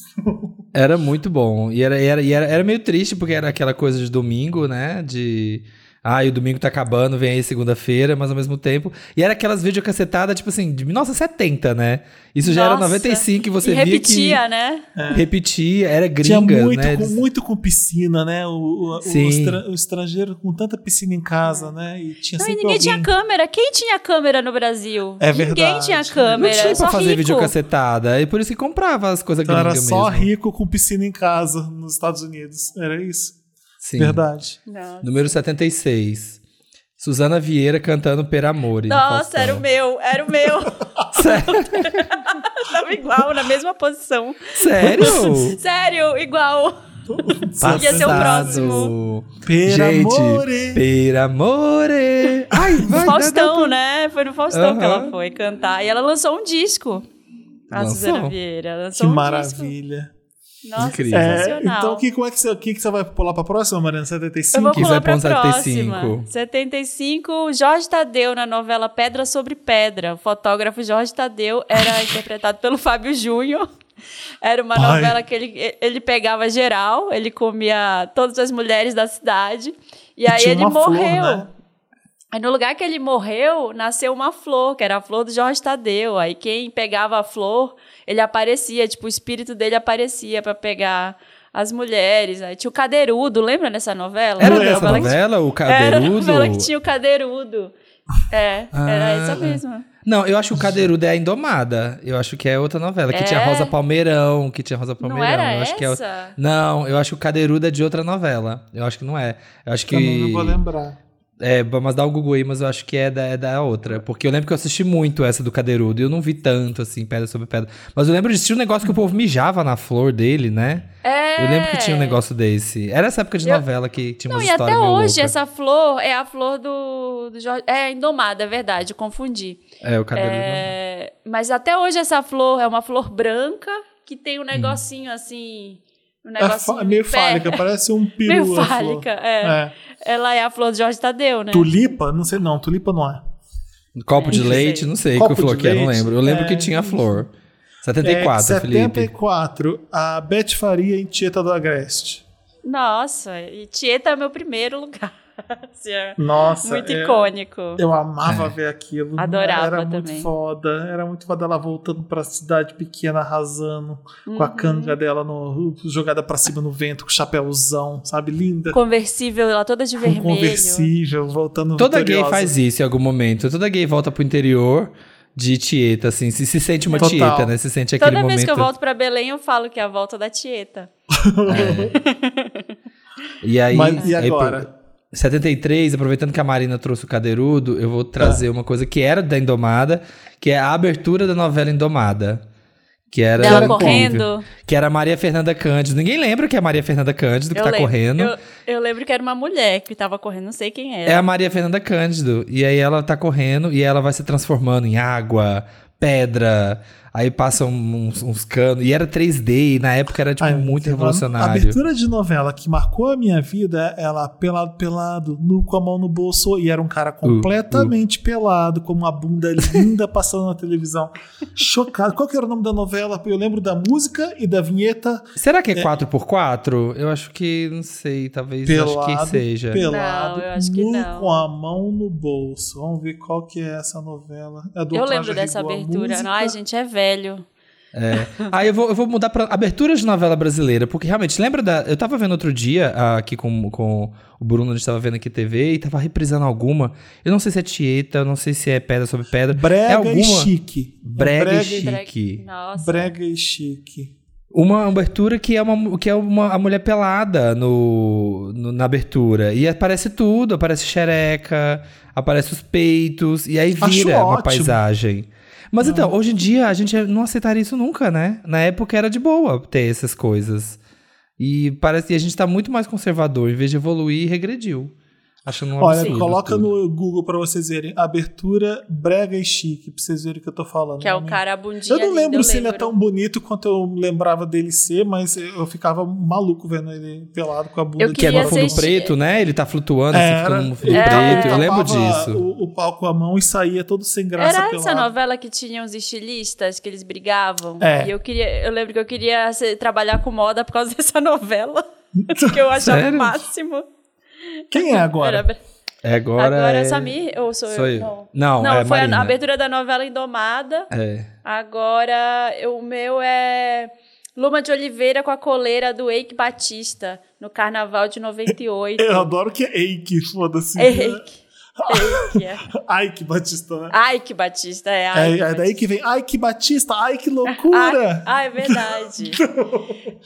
[SPEAKER 4] Era muito bom. E, era, e era, e era, era meio triste, porque era aquela coisa de domingo, né? De. Ah, e o domingo tá acabando, vem aí segunda-feira, mas ao mesmo tempo. E era aquelas videocacetadas, tipo assim, de 1970, né? Isso já era
[SPEAKER 3] Nossa.
[SPEAKER 4] 95 e você
[SPEAKER 3] e
[SPEAKER 4] via
[SPEAKER 3] repetia, né?
[SPEAKER 4] que repetia, era
[SPEAKER 2] É. Tinha
[SPEAKER 4] gringa,
[SPEAKER 2] muito,
[SPEAKER 4] né?
[SPEAKER 2] com, muito com piscina, né? O, o- o
[SPEAKER 4] Sim.
[SPEAKER 2] estra- o estrangeiro com tanta piscina em casa, né? E tinha
[SPEAKER 3] Não, e
[SPEAKER 2] sempre
[SPEAKER 3] ninguém tinha
[SPEAKER 2] alguém-
[SPEAKER 3] câmera. Quem tinha câmera no Brasil?
[SPEAKER 2] É
[SPEAKER 3] Ninguém
[SPEAKER 2] verdade.
[SPEAKER 3] tinha
[SPEAKER 4] Não
[SPEAKER 3] câmera.
[SPEAKER 4] tinha
[SPEAKER 3] né? só
[SPEAKER 4] pra fazer
[SPEAKER 3] rico.
[SPEAKER 4] videocacetada. E por isso que comprava as coisas
[SPEAKER 2] Então
[SPEAKER 4] gringas
[SPEAKER 2] era só
[SPEAKER 4] mesmo.
[SPEAKER 2] rico com piscina em casa nos Estados Unidos. Era isso.
[SPEAKER 4] Sim.
[SPEAKER 2] Verdade.
[SPEAKER 3] Não.
[SPEAKER 4] Número 76. Suzana Vieira cantando Per Amore. no
[SPEAKER 3] Nossa, era o
[SPEAKER 4] Faustão.
[SPEAKER 3] meu, era o meu. [laughs]
[SPEAKER 4] Sério?
[SPEAKER 3] Tava igual, na mesma posição.
[SPEAKER 4] Sério?
[SPEAKER 3] [laughs] Sério, igual. Ia ser um o próximo.
[SPEAKER 2] Per
[SPEAKER 4] Gente,
[SPEAKER 2] amore.
[SPEAKER 4] per amore. é- Ai, vai
[SPEAKER 3] Faustão,
[SPEAKER 4] dar- dar-
[SPEAKER 3] né? Foi no Faustão que
[SPEAKER 4] Aham.
[SPEAKER 3] ela foi cantar. E ela lançou um disco. A Ah,
[SPEAKER 4] Lançou?
[SPEAKER 3] Suzana Vieira
[SPEAKER 2] Que
[SPEAKER 3] lançou um
[SPEAKER 2] maravilha.
[SPEAKER 3] disco. Nossa,
[SPEAKER 4] Incrível.
[SPEAKER 2] É,
[SPEAKER 3] sensacional.
[SPEAKER 2] então, que, como é que você, que, que você vai pular pra próxima, Mariana?
[SPEAKER 3] Eu
[SPEAKER 2] é 75?
[SPEAKER 3] vou
[SPEAKER 4] quiser
[SPEAKER 3] pular pra
[SPEAKER 4] pôr um 75.
[SPEAKER 3] próxima. 75, Jorge Tadeu na novela Pedra sobre Pedra. O fotógrafo Jorge Tadeu
[SPEAKER 2] [laughs]
[SPEAKER 3] era interpretado pelo Fábio Júnior. Era uma
[SPEAKER 2] Ai.
[SPEAKER 3] novela que ele, ele pegava geral, ele comia todas as mulheres da cidade. E aí
[SPEAKER 2] Tinha
[SPEAKER 3] ele
[SPEAKER 2] uma flor,
[SPEAKER 3] morreu.
[SPEAKER 2] né?
[SPEAKER 3] Aí no lugar que ele morreu, nasceu uma flor, que era a flor do Jorge Tadeu. Aí quem pegava a flor, ele aparecia, tipo, o espírito dele aparecia pra pegar as mulheres. Aí tinha o Cadeirudo, lembra nessa novela?
[SPEAKER 4] Era
[SPEAKER 3] Uma
[SPEAKER 2] Lembra.
[SPEAKER 4] dessa
[SPEAKER 3] novela que
[SPEAKER 4] novela, o
[SPEAKER 3] tinha- Era a
[SPEAKER 4] Cadeirudo?
[SPEAKER 3] novela que tinha o Cadeirudo. É,
[SPEAKER 4] Ah.
[SPEAKER 3] era essa mesma.
[SPEAKER 4] Não, eu acho que o Cadeirudo é a Indomada. Eu acho que é outra novela, que
[SPEAKER 3] É?
[SPEAKER 4] tinha Rosa Palmeirão, que tinha Rosa Palmeirão.
[SPEAKER 3] Não era
[SPEAKER 4] eu acho que é outra-
[SPEAKER 3] essa?
[SPEAKER 4] Não, eu acho que o Cadeirudo é de outra novela. Eu acho que não é. Eu acho que...
[SPEAKER 2] Também não vou lembrar.
[SPEAKER 3] Um
[SPEAKER 4] É, mas dá o Google aí, mas eu acho que é da, é da outra. Porque eu lembro que eu assisti muito essa do Cadeirudo e eu não vi tanto, assim, pedra sobre pedra. Mas eu lembro de tinha um negócio que o povo mijava na flor dele, né?
[SPEAKER 3] É.
[SPEAKER 4] Eu lembro que tinha um negócio desse. Era essa época de novela que tinha
[SPEAKER 3] Não,
[SPEAKER 4] umas
[SPEAKER 3] e até
[SPEAKER 4] histórias meio
[SPEAKER 3] hoje
[SPEAKER 4] loucas.
[SPEAKER 3] essa flor é a flor do, do Jorge. É a Indomada, é verdade, eu confundi.
[SPEAKER 4] É, o Cadeirudo.
[SPEAKER 3] assim, É, mas até hoje essa flor é uma flor branca que
[SPEAKER 4] Hum.
[SPEAKER 3] tem um negocinho assim. Um
[SPEAKER 2] É
[SPEAKER 3] negocinho
[SPEAKER 2] fa- meio
[SPEAKER 3] em pé.
[SPEAKER 2] fálica, parece um
[SPEAKER 3] [laughs] Meio
[SPEAKER 2] peru. a flor.
[SPEAKER 3] fálica, é.
[SPEAKER 2] É.
[SPEAKER 3] Ela é a flor de Jorge Tadeu, né?
[SPEAKER 2] Tulipa? Não sei, não. Tulipa não é.
[SPEAKER 4] Copo
[SPEAKER 3] é,
[SPEAKER 4] de
[SPEAKER 3] [laughs] não
[SPEAKER 4] leite,
[SPEAKER 3] sei.
[SPEAKER 4] não sei
[SPEAKER 2] Copo
[SPEAKER 4] que flor
[SPEAKER 2] de
[SPEAKER 4] que é, não
[SPEAKER 2] leite,
[SPEAKER 4] lembro. Eu lembro
[SPEAKER 2] é.
[SPEAKER 4] que tinha a flor. 74,
[SPEAKER 2] é,
[SPEAKER 4] Felipe.
[SPEAKER 2] 74. A Beth Faria em Tieta do Agreste.
[SPEAKER 3] Nossa, e Tieta é meu primeiro lugar. [laughs] Assim, é
[SPEAKER 2] Nossa.
[SPEAKER 3] muito
[SPEAKER 2] é-
[SPEAKER 3] icônico.
[SPEAKER 2] Eu amava ver aquilo.
[SPEAKER 3] Adorava
[SPEAKER 2] Era muito
[SPEAKER 3] também.
[SPEAKER 2] foda. Era muito foda ela voltando pra cidade pequena, arrasando, com
[SPEAKER 3] Uhum.
[SPEAKER 2] a canga dela no, jogada pra cima no vento, com o chapéuzão, sabe? Linda.
[SPEAKER 3] Conversível, ela toda
[SPEAKER 4] Um
[SPEAKER 3] de
[SPEAKER 2] Com
[SPEAKER 3] vermelho.
[SPEAKER 2] conversível, voltando
[SPEAKER 4] Toda
[SPEAKER 2] vitoriosa.
[SPEAKER 4] gay faz isso em algum momento. Toda gay volta pro interior de tieta, assim. Se, se sente uma
[SPEAKER 2] Total.
[SPEAKER 4] tieta, né? Se sente aquele
[SPEAKER 3] Toda
[SPEAKER 4] momento.
[SPEAKER 3] vez que eu volto pra Belém, eu falo que é a volta da Tieta.
[SPEAKER 4] E aí,
[SPEAKER 2] Mas e
[SPEAKER 4] aí,
[SPEAKER 2] agora?
[SPEAKER 4] pro- 73, aproveitando que a Marina trouxe o cadeirudo, eu vou
[SPEAKER 2] Ah.
[SPEAKER 4] trazer uma coisa que era da Indomada, que é a abertura da novela Indomada. Que era
[SPEAKER 3] Dela
[SPEAKER 4] incrível.
[SPEAKER 3] correndo.
[SPEAKER 4] Que era a Maria Fernanda Cândido. Ninguém lembra que é a Maria Fernanda Cândido que
[SPEAKER 3] eu
[SPEAKER 4] tá
[SPEAKER 3] lembro,
[SPEAKER 4] correndo.
[SPEAKER 3] Eu, eu lembro que era uma mulher que tava correndo, não sei quem
[SPEAKER 4] É
[SPEAKER 3] era.
[SPEAKER 4] a Maria Fernanda Cândido. E aí ela tá correndo e ela vai se transformando em água, pedra. Aí passam uns, uns canos. E era 3D, e na época era, tipo,
[SPEAKER 2] Ai,
[SPEAKER 4] muito
[SPEAKER 2] sei lá, A
[SPEAKER 4] revolucionário.
[SPEAKER 2] abertura de novela que marcou a minha vida, ela pelado, pelado, nu com a mão no bolso, e era um
[SPEAKER 4] Uh,
[SPEAKER 2] cara completamente pelado, com uma bunda linda [laughs] passando na televisão. Chocado. Qual que era o nome da novela? Eu lembro da música e da vinheta.
[SPEAKER 4] Será que é 4x4? Eu acho que, não sei, talvez
[SPEAKER 2] Pelado,
[SPEAKER 4] acho que seja.
[SPEAKER 2] pelado,
[SPEAKER 3] Não, eu acho que
[SPEAKER 2] nu
[SPEAKER 3] não.
[SPEAKER 2] com a mão no bolso. Vamos ver qual que é essa novela. É do
[SPEAKER 3] eu
[SPEAKER 2] Otávio
[SPEAKER 3] lembro dessa
[SPEAKER 2] Arregou a
[SPEAKER 3] abertura.
[SPEAKER 2] música.
[SPEAKER 3] Ai, gente, é velho.
[SPEAKER 4] Aí eu vou, eu vou mudar pra abertura de novela brasileira, porque realmente, lembra da. Eu tava vendo outro dia ah, aqui com, com o Bruno, a gente tava vendo aqui TV e tava reprisando alguma. Eu não sei se é Tieta, eu não sei se é Pedra sobre Pedra.
[SPEAKER 2] Brega
[SPEAKER 4] é alguma.
[SPEAKER 2] e chique.
[SPEAKER 4] Brega,
[SPEAKER 2] Brega
[SPEAKER 4] e
[SPEAKER 2] e
[SPEAKER 4] chique.
[SPEAKER 3] Nossa.
[SPEAKER 2] Brega e chique.
[SPEAKER 4] Uma abertura que é uma, que é uma a mulher pelada no, no- na abertura. E aparece tudo, aparece xereca, aparece os peitos, e aí
[SPEAKER 2] Acho
[SPEAKER 4] vira uma
[SPEAKER 2] ótimo.
[SPEAKER 4] paisagem. Mas então, hoje em dia a gente não aceitaria isso nunca, né? Na época era de boa ter essas coisas. E parece que a gente tá muito mais conservador, em vez de evoluir, regrediu. Achando um
[SPEAKER 2] Olha,
[SPEAKER 4] absurdo
[SPEAKER 2] coloca
[SPEAKER 4] tudo.
[SPEAKER 2] no Google pra vocês verem. Abertura brega e chique, pra vocês verem o que eu tô falando.
[SPEAKER 3] Que é o
[SPEAKER 2] né?
[SPEAKER 3] cara a bundinha
[SPEAKER 2] Eu não
[SPEAKER 3] linda,
[SPEAKER 2] lembro se ele é
[SPEAKER 3] lembro.
[SPEAKER 2] tão bonito quanto eu lembrava dele ser, mas eu ficava maluco vendo ele pelado com a bunda.
[SPEAKER 3] Eu
[SPEAKER 4] Que é no
[SPEAKER 3] queria
[SPEAKER 4] fundo
[SPEAKER 3] ser-
[SPEAKER 4] preto, né? Ele tá flutuando, assim,
[SPEAKER 2] Era,
[SPEAKER 4] ficando no fundo
[SPEAKER 2] ele
[SPEAKER 4] preto. Eu
[SPEAKER 2] tapava
[SPEAKER 4] lembro disso.
[SPEAKER 2] O, o pau com a mão e saía todo sem graça
[SPEAKER 3] Era
[SPEAKER 2] pelado.
[SPEAKER 3] essa novela que tinha os estilistas que eles brigavam.
[SPEAKER 2] É.
[SPEAKER 3] E eu queria, eu lembro que eu queria ser- trabalhar com moda por causa [laughs] dessa
[SPEAKER 4] [laughs]
[SPEAKER 3] novela, que eu achava
[SPEAKER 4] Sério?
[SPEAKER 3] o máximo.
[SPEAKER 2] Quem é agora?
[SPEAKER 3] Era-
[SPEAKER 4] É, Agora,
[SPEAKER 3] Agora é
[SPEAKER 4] é...
[SPEAKER 3] o Samir ou sou,
[SPEAKER 4] Sou eu.
[SPEAKER 3] eu? Não.
[SPEAKER 4] Não, é
[SPEAKER 3] foi
[SPEAKER 4] Marina.
[SPEAKER 3] a abertura da novela Indomada.
[SPEAKER 4] É.
[SPEAKER 3] Agora eu- o meu é Luma de Oliveira com a coleira do Eike Batista no carnaval de 98.
[SPEAKER 2] [laughs] Eu adoro que é Eike, foda-se. [laughs]
[SPEAKER 3] Eike. Eike, é.
[SPEAKER 2] Ike Batista, né?
[SPEAKER 3] Ike Batista, é
[SPEAKER 2] É,
[SPEAKER 3] Ike.
[SPEAKER 2] é daí que vem Ike Batista, ai que loucura!
[SPEAKER 3] Ah, é verdade.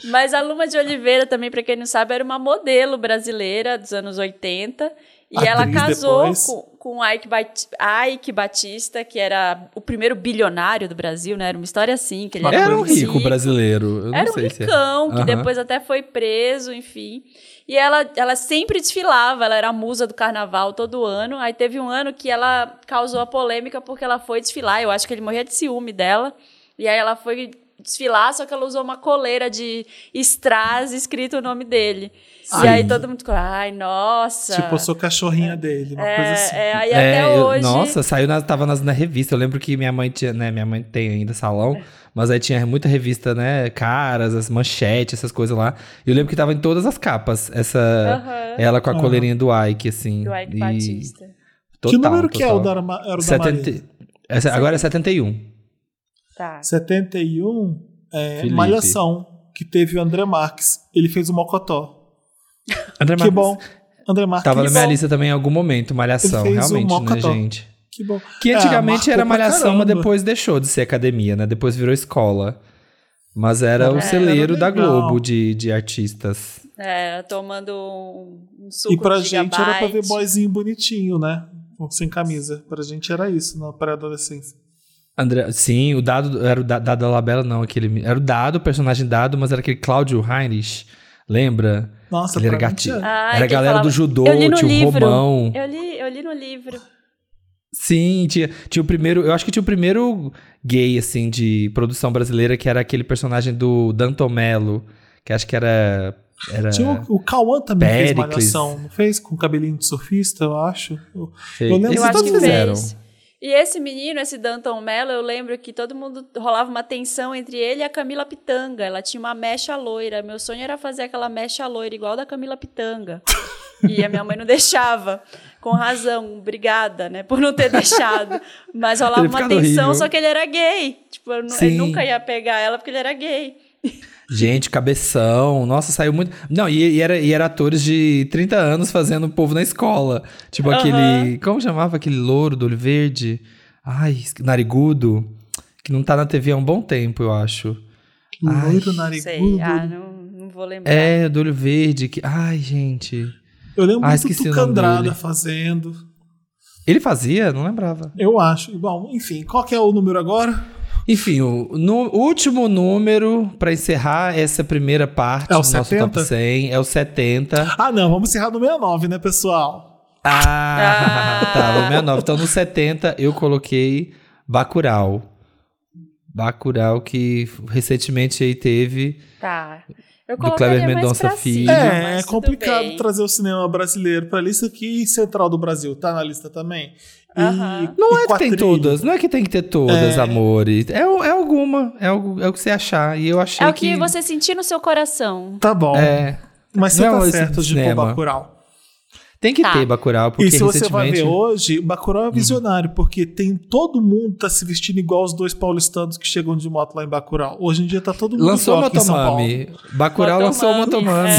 [SPEAKER 3] Mas a Luma de Oliveira também, pra quem não sabe, era uma modelo brasileira dos anos 80. E
[SPEAKER 2] Atriz
[SPEAKER 3] ela casou
[SPEAKER 2] depois.
[SPEAKER 3] com, com o Ike, Bat- Ike Batista, que era o primeiro bilionário do Brasil, né? Era uma história assim, que ele era,
[SPEAKER 4] Era um
[SPEAKER 3] muito
[SPEAKER 4] rico brasileiro. Eu
[SPEAKER 3] Era
[SPEAKER 4] não
[SPEAKER 3] um
[SPEAKER 4] sei se é.
[SPEAKER 3] ricão, que
[SPEAKER 4] Aham.
[SPEAKER 3] depois até foi preso, enfim. E ela, ela sempre desfilava, ela era a musa do carnaval todo ano. Aí teve um ano que ela causou a polêmica porque ela foi desfilar. Eu acho que ele morria de ciúme dela. E aí ela foi desfilar, só que ela usou uma coleira de strass escrito o nome dele.
[SPEAKER 4] Sim.
[SPEAKER 3] E aí todo mundo ficou, ai, nossa.
[SPEAKER 2] Tipo, eu sou cachorrinha dele, uma coisa assim.
[SPEAKER 3] é, é, aí
[SPEAKER 4] É,
[SPEAKER 3] até
[SPEAKER 4] eu-
[SPEAKER 3] hoje.
[SPEAKER 4] Nossa, saiu na, tava nas- na revista. Eu lembro que minha mãe tinha, né? Minha mãe tem ainda salão, mas aí tinha muita revista, né? Caras, as manchetes, essas coisas lá. E eu lembro que tava em todas as capas. Essa.
[SPEAKER 3] Aham.
[SPEAKER 4] Ela com a
[SPEAKER 2] Aham.
[SPEAKER 4] coleirinha do Ike, assim.
[SPEAKER 3] Do Ike
[SPEAKER 4] É, E-
[SPEAKER 3] Batista.
[SPEAKER 4] Total,
[SPEAKER 2] que número que é o
[SPEAKER 4] total.
[SPEAKER 2] da, Arma- era o da Maria?
[SPEAKER 4] 70... Essa, agora é 71.
[SPEAKER 3] Tá.
[SPEAKER 2] 71 é
[SPEAKER 4] Felipe.
[SPEAKER 2] Malhação, que teve o André Marques. Ele fez o Mocotó.
[SPEAKER 4] André
[SPEAKER 2] Que
[SPEAKER 4] Marques
[SPEAKER 2] bom. André Marques.
[SPEAKER 4] Tava na minha
[SPEAKER 2] bom.
[SPEAKER 4] lista também em algum momento, Malhação,
[SPEAKER 2] Ele fez o
[SPEAKER 4] realmente, né,
[SPEAKER 2] Mocotó.
[SPEAKER 4] gente?
[SPEAKER 2] Que bom.
[SPEAKER 4] Que
[SPEAKER 2] É,
[SPEAKER 4] antigamente
[SPEAKER 2] marcou
[SPEAKER 4] era
[SPEAKER 2] pra
[SPEAKER 4] malhação, mas
[SPEAKER 2] caramba.
[SPEAKER 4] depois deixou de ser academia, né? Depois virou escola. Mas era o
[SPEAKER 2] É,
[SPEAKER 4] celeiro
[SPEAKER 2] era
[SPEAKER 4] da
[SPEAKER 2] legal.
[SPEAKER 4] Globo de, de artistas.
[SPEAKER 3] É, tomando um, um suco
[SPEAKER 2] E pra
[SPEAKER 3] de
[SPEAKER 2] gente era pra ver
[SPEAKER 3] gigabyte.
[SPEAKER 2] boyzinho bonitinho, né? Sem camisa. Pra gente era isso na pré-adolescência.
[SPEAKER 4] André, sim, o Dado era o Da- Dado da Labela, não, aquele. Era o Dado, o personagem Dado, mas era aquele Cláudio Heinrich. Lembra?
[SPEAKER 2] Nossa,
[SPEAKER 4] Ele era
[SPEAKER 2] pra mim
[SPEAKER 4] gatinho.
[SPEAKER 2] tinha-
[SPEAKER 3] Ah,
[SPEAKER 4] era a
[SPEAKER 3] que
[SPEAKER 4] galera
[SPEAKER 3] falava-
[SPEAKER 4] do judô,
[SPEAKER 3] Eu li no
[SPEAKER 4] tinha o
[SPEAKER 3] livro.
[SPEAKER 4] Romão.
[SPEAKER 3] Eu li, eu li no livro.
[SPEAKER 4] Sim, tinha, tinha o primeiro. Eu acho que tinha o primeiro gay, assim, de produção brasileira, que era aquele personagem do Dantomelo. Que acho que era. era
[SPEAKER 2] Tinha um- o, o Cauã também fez
[SPEAKER 4] Péricles.
[SPEAKER 2] malhação, não fez? Com cabelinho de surfista, eu acho. Eu
[SPEAKER 4] Fe-
[SPEAKER 2] lembro
[SPEAKER 4] Esses
[SPEAKER 3] eu acho
[SPEAKER 4] todos
[SPEAKER 3] que
[SPEAKER 4] fizeram.
[SPEAKER 3] fez. E esse menino, esse Danton Mello, eu lembro que todo mundo rolava uma tensão entre ele e a Camila Pitanga. Ela tinha uma mecha loira. Meu sonho era fazer aquela mecha loira igual a da Camila Pitanga. E a minha mãe não [laughs] deixava. Com razão, obrigada, né? Por não ter
[SPEAKER 4] [laughs]
[SPEAKER 3] deixado. Mas rolava
[SPEAKER 4] Teria
[SPEAKER 3] uma
[SPEAKER 4] ficado
[SPEAKER 3] tensão,
[SPEAKER 4] horrível.
[SPEAKER 3] só que ele era gay. Tipo, eu nu-
[SPEAKER 4] Sim.
[SPEAKER 3] ele nunca ia pegar ela porque ele era gay.
[SPEAKER 4] Gente, cabeção. Nossa, saiu muito. Não, e, e era, e era atores de 30 anos fazendo o povo na escola. Tipo aquele. Como chamava aquele louro do olho verde? Ai, esque- narigudo. Que não tá na TV há um bom tempo, eu acho. Ai,
[SPEAKER 2] Loiro
[SPEAKER 3] Sei.
[SPEAKER 2] narigudo.
[SPEAKER 3] Ah, não, não vou lembrar.
[SPEAKER 4] É, do olho verde. Que... Ai, gente.
[SPEAKER 2] Eu lembro
[SPEAKER 4] Ah,
[SPEAKER 2] muito do
[SPEAKER 4] esqueci o nome
[SPEAKER 2] Tucandrada
[SPEAKER 4] dele.
[SPEAKER 2] fazendo.
[SPEAKER 4] Ele fazia? Não lembrava.
[SPEAKER 2] Eu acho. Bom, enfim, qual que é o número agora?
[SPEAKER 4] Enfim, o nu- último número pra encerrar essa primeira parte
[SPEAKER 2] É o
[SPEAKER 4] do nosso
[SPEAKER 2] 70?
[SPEAKER 4] top 100 é o 70.
[SPEAKER 2] Ah, não, vamos encerrar no 69, né, pessoal?
[SPEAKER 4] Ah,
[SPEAKER 3] Ah.
[SPEAKER 4] [laughs] tá, no 69. Então no 70 eu coloquei Bacurau. Bacurau que recentemente aí teve.
[SPEAKER 3] Tá. Eu
[SPEAKER 4] Do
[SPEAKER 3] colocaria
[SPEAKER 4] Kleber
[SPEAKER 3] mais
[SPEAKER 4] Mendonça
[SPEAKER 3] pra
[SPEAKER 4] Filho.
[SPEAKER 3] cima,
[SPEAKER 2] É,
[SPEAKER 3] mas
[SPEAKER 2] é
[SPEAKER 3] tudo
[SPEAKER 2] complicado
[SPEAKER 3] bem.
[SPEAKER 2] trazer o cinema brasileiro pra lista que Central do Brasil tá na lista também. E-
[SPEAKER 3] Aham.
[SPEAKER 4] Não
[SPEAKER 2] e
[SPEAKER 4] é que tem
[SPEAKER 2] Quatrilho.
[SPEAKER 4] todas, não é que tem que ter todas,
[SPEAKER 2] É.
[SPEAKER 4] amor. É, o- é alguma, é o, é o que você achar. E eu achei
[SPEAKER 3] É o que, você sentir no seu coração.
[SPEAKER 2] Tá bom.
[SPEAKER 4] É,
[SPEAKER 2] Mas você
[SPEAKER 4] Não é
[SPEAKER 2] tá
[SPEAKER 4] esse
[SPEAKER 2] certo de pôr
[SPEAKER 4] cinema.
[SPEAKER 2] Bacurau.
[SPEAKER 4] tem que
[SPEAKER 3] Tá.
[SPEAKER 4] ter Bacurau, porque
[SPEAKER 2] E se você vai
[SPEAKER 4] recentemente... Uhum.
[SPEAKER 2] ver hoje, Bacurau é visionário, porque tem todo mundo tá se vestindo igual os dois paulistanos que chegam de moto lá em Bacurau. Hoje em dia tá todo mundo
[SPEAKER 4] Lançou
[SPEAKER 2] igual aqui em São Paulo.
[SPEAKER 4] Motomami. Bacurau lançou
[SPEAKER 3] Motomami,
[SPEAKER 4] Motomami. [laughs]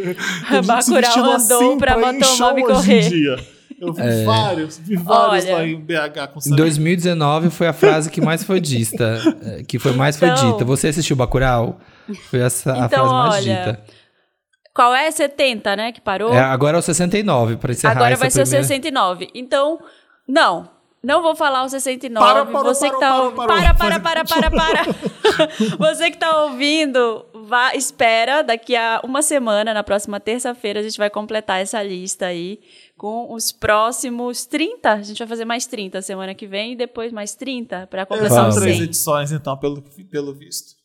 [SPEAKER 2] [laughs]
[SPEAKER 3] é.
[SPEAKER 2] Tem gente assim se
[SPEAKER 3] Bacurau
[SPEAKER 2] vestindo
[SPEAKER 3] andou pra
[SPEAKER 2] ir em
[SPEAKER 3] Motomami
[SPEAKER 2] show hoje em
[SPEAKER 3] correr.
[SPEAKER 2] dia. Eu vi vários, vi vários
[SPEAKER 3] Olha.
[SPEAKER 2] lá em BH com
[SPEAKER 4] É. Em 2019 foi a frase que mais foi dita,
[SPEAKER 3] [laughs]
[SPEAKER 4] eh, que foi mais foi
[SPEAKER 3] Então-
[SPEAKER 4] dita. Você assistiu Bacurau? Foi essa a
[SPEAKER 3] Então,
[SPEAKER 4] frase mais
[SPEAKER 3] olha,
[SPEAKER 4] dita.
[SPEAKER 3] Qual é? 70, né? Que parou?
[SPEAKER 4] É, agora é o 69 para encerrar
[SPEAKER 3] Agora
[SPEAKER 4] essa
[SPEAKER 3] vai ser o
[SPEAKER 4] primeira.
[SPEAKER 3] 69. Então, não. Não vou falar o 69.
[SPEAKER 2] Para, parou,
[SPEAKER 3] Você que tá
[SPEAKER 2] parou,
[SPEAKER 3] ouv-
[SPEAKER 2] parou, parou.
[SPEAKER 3] para, para, para, para,
[SPEAKER 2] [laughs]
[SPEAKER 3] para. [laughs] Você que tá ouvindo, vá, espera. Daqui a uma semana, na próxima terça-feira, a gente vai completar essa lista aí com os próximos 30. A gente vai fazer mais 30 semana que vem e depois mais 30 para completar
[SPEAKER 2] É, São
[SPEAKER 3] os
[SPEAKER 4] Vamos.
[SPEAKER 2] três
[SPEAKER 3] 100.
[SPEAKER 2] edições, então, pelo, pelo visto.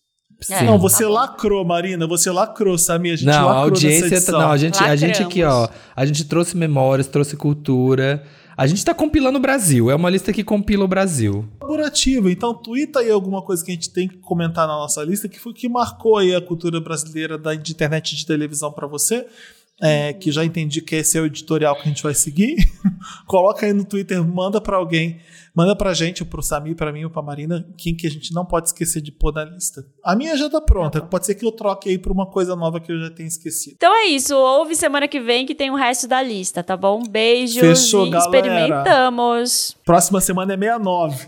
[SPEAKER 3] É,
[SPEAKER 2] não,
[SPEAKER 4] Sim.
[SPEAKER 2] você
[SPEAKER 3] tá bom.
[SPEAKER 2] lacrou, Marina. Você lacrou, Samir. A gente
[SPEAKER 4] Não, a
[SPEAKER 2] lacrou nessa
[SPEAKER 4] audiência tá,
[SPEAKER 2] edição.
[SPEAKER 4] não, a gente, a gente aqui, ó,
[SPEAKER 3] Lacramos.
[SPEAKER 4] a gente trouxe memórias, trouxe cultura. A gente tá compilando o Brasil, é uma lista que compila o Brasil.
[SPEAKER 2] colaborativa. Então, twitta aí alguma coisa que a gente tem que comentar na nossa lista, que foi que marcou aí a cultura brasileira da, de internet e de televisão pra você. é, que já entendi que esse é o editorial que a gente vai seguir. [laughs] Coloca aí no Twitter, manda pra alguém, manda pra gente, ou pro Samir, pra mim ou pra Marina, quem que a gente não pode esquecer de pôr na lista. A minha já tá pronta, pode ser que eu troque aí por uma coisa nova que eu já tenha esquecido.
[SPEAKER 3] Então é isso. Ouve semana que vem que tem o resto da lista, tá bom? Beijos
[SPEAKER 2] Fechou,
[SPEAKER 3] e
[SPEAKER 2] galera.
[SPEAKER 3] experimentamos.
[SPEAKER 2] Próxima semana é 69.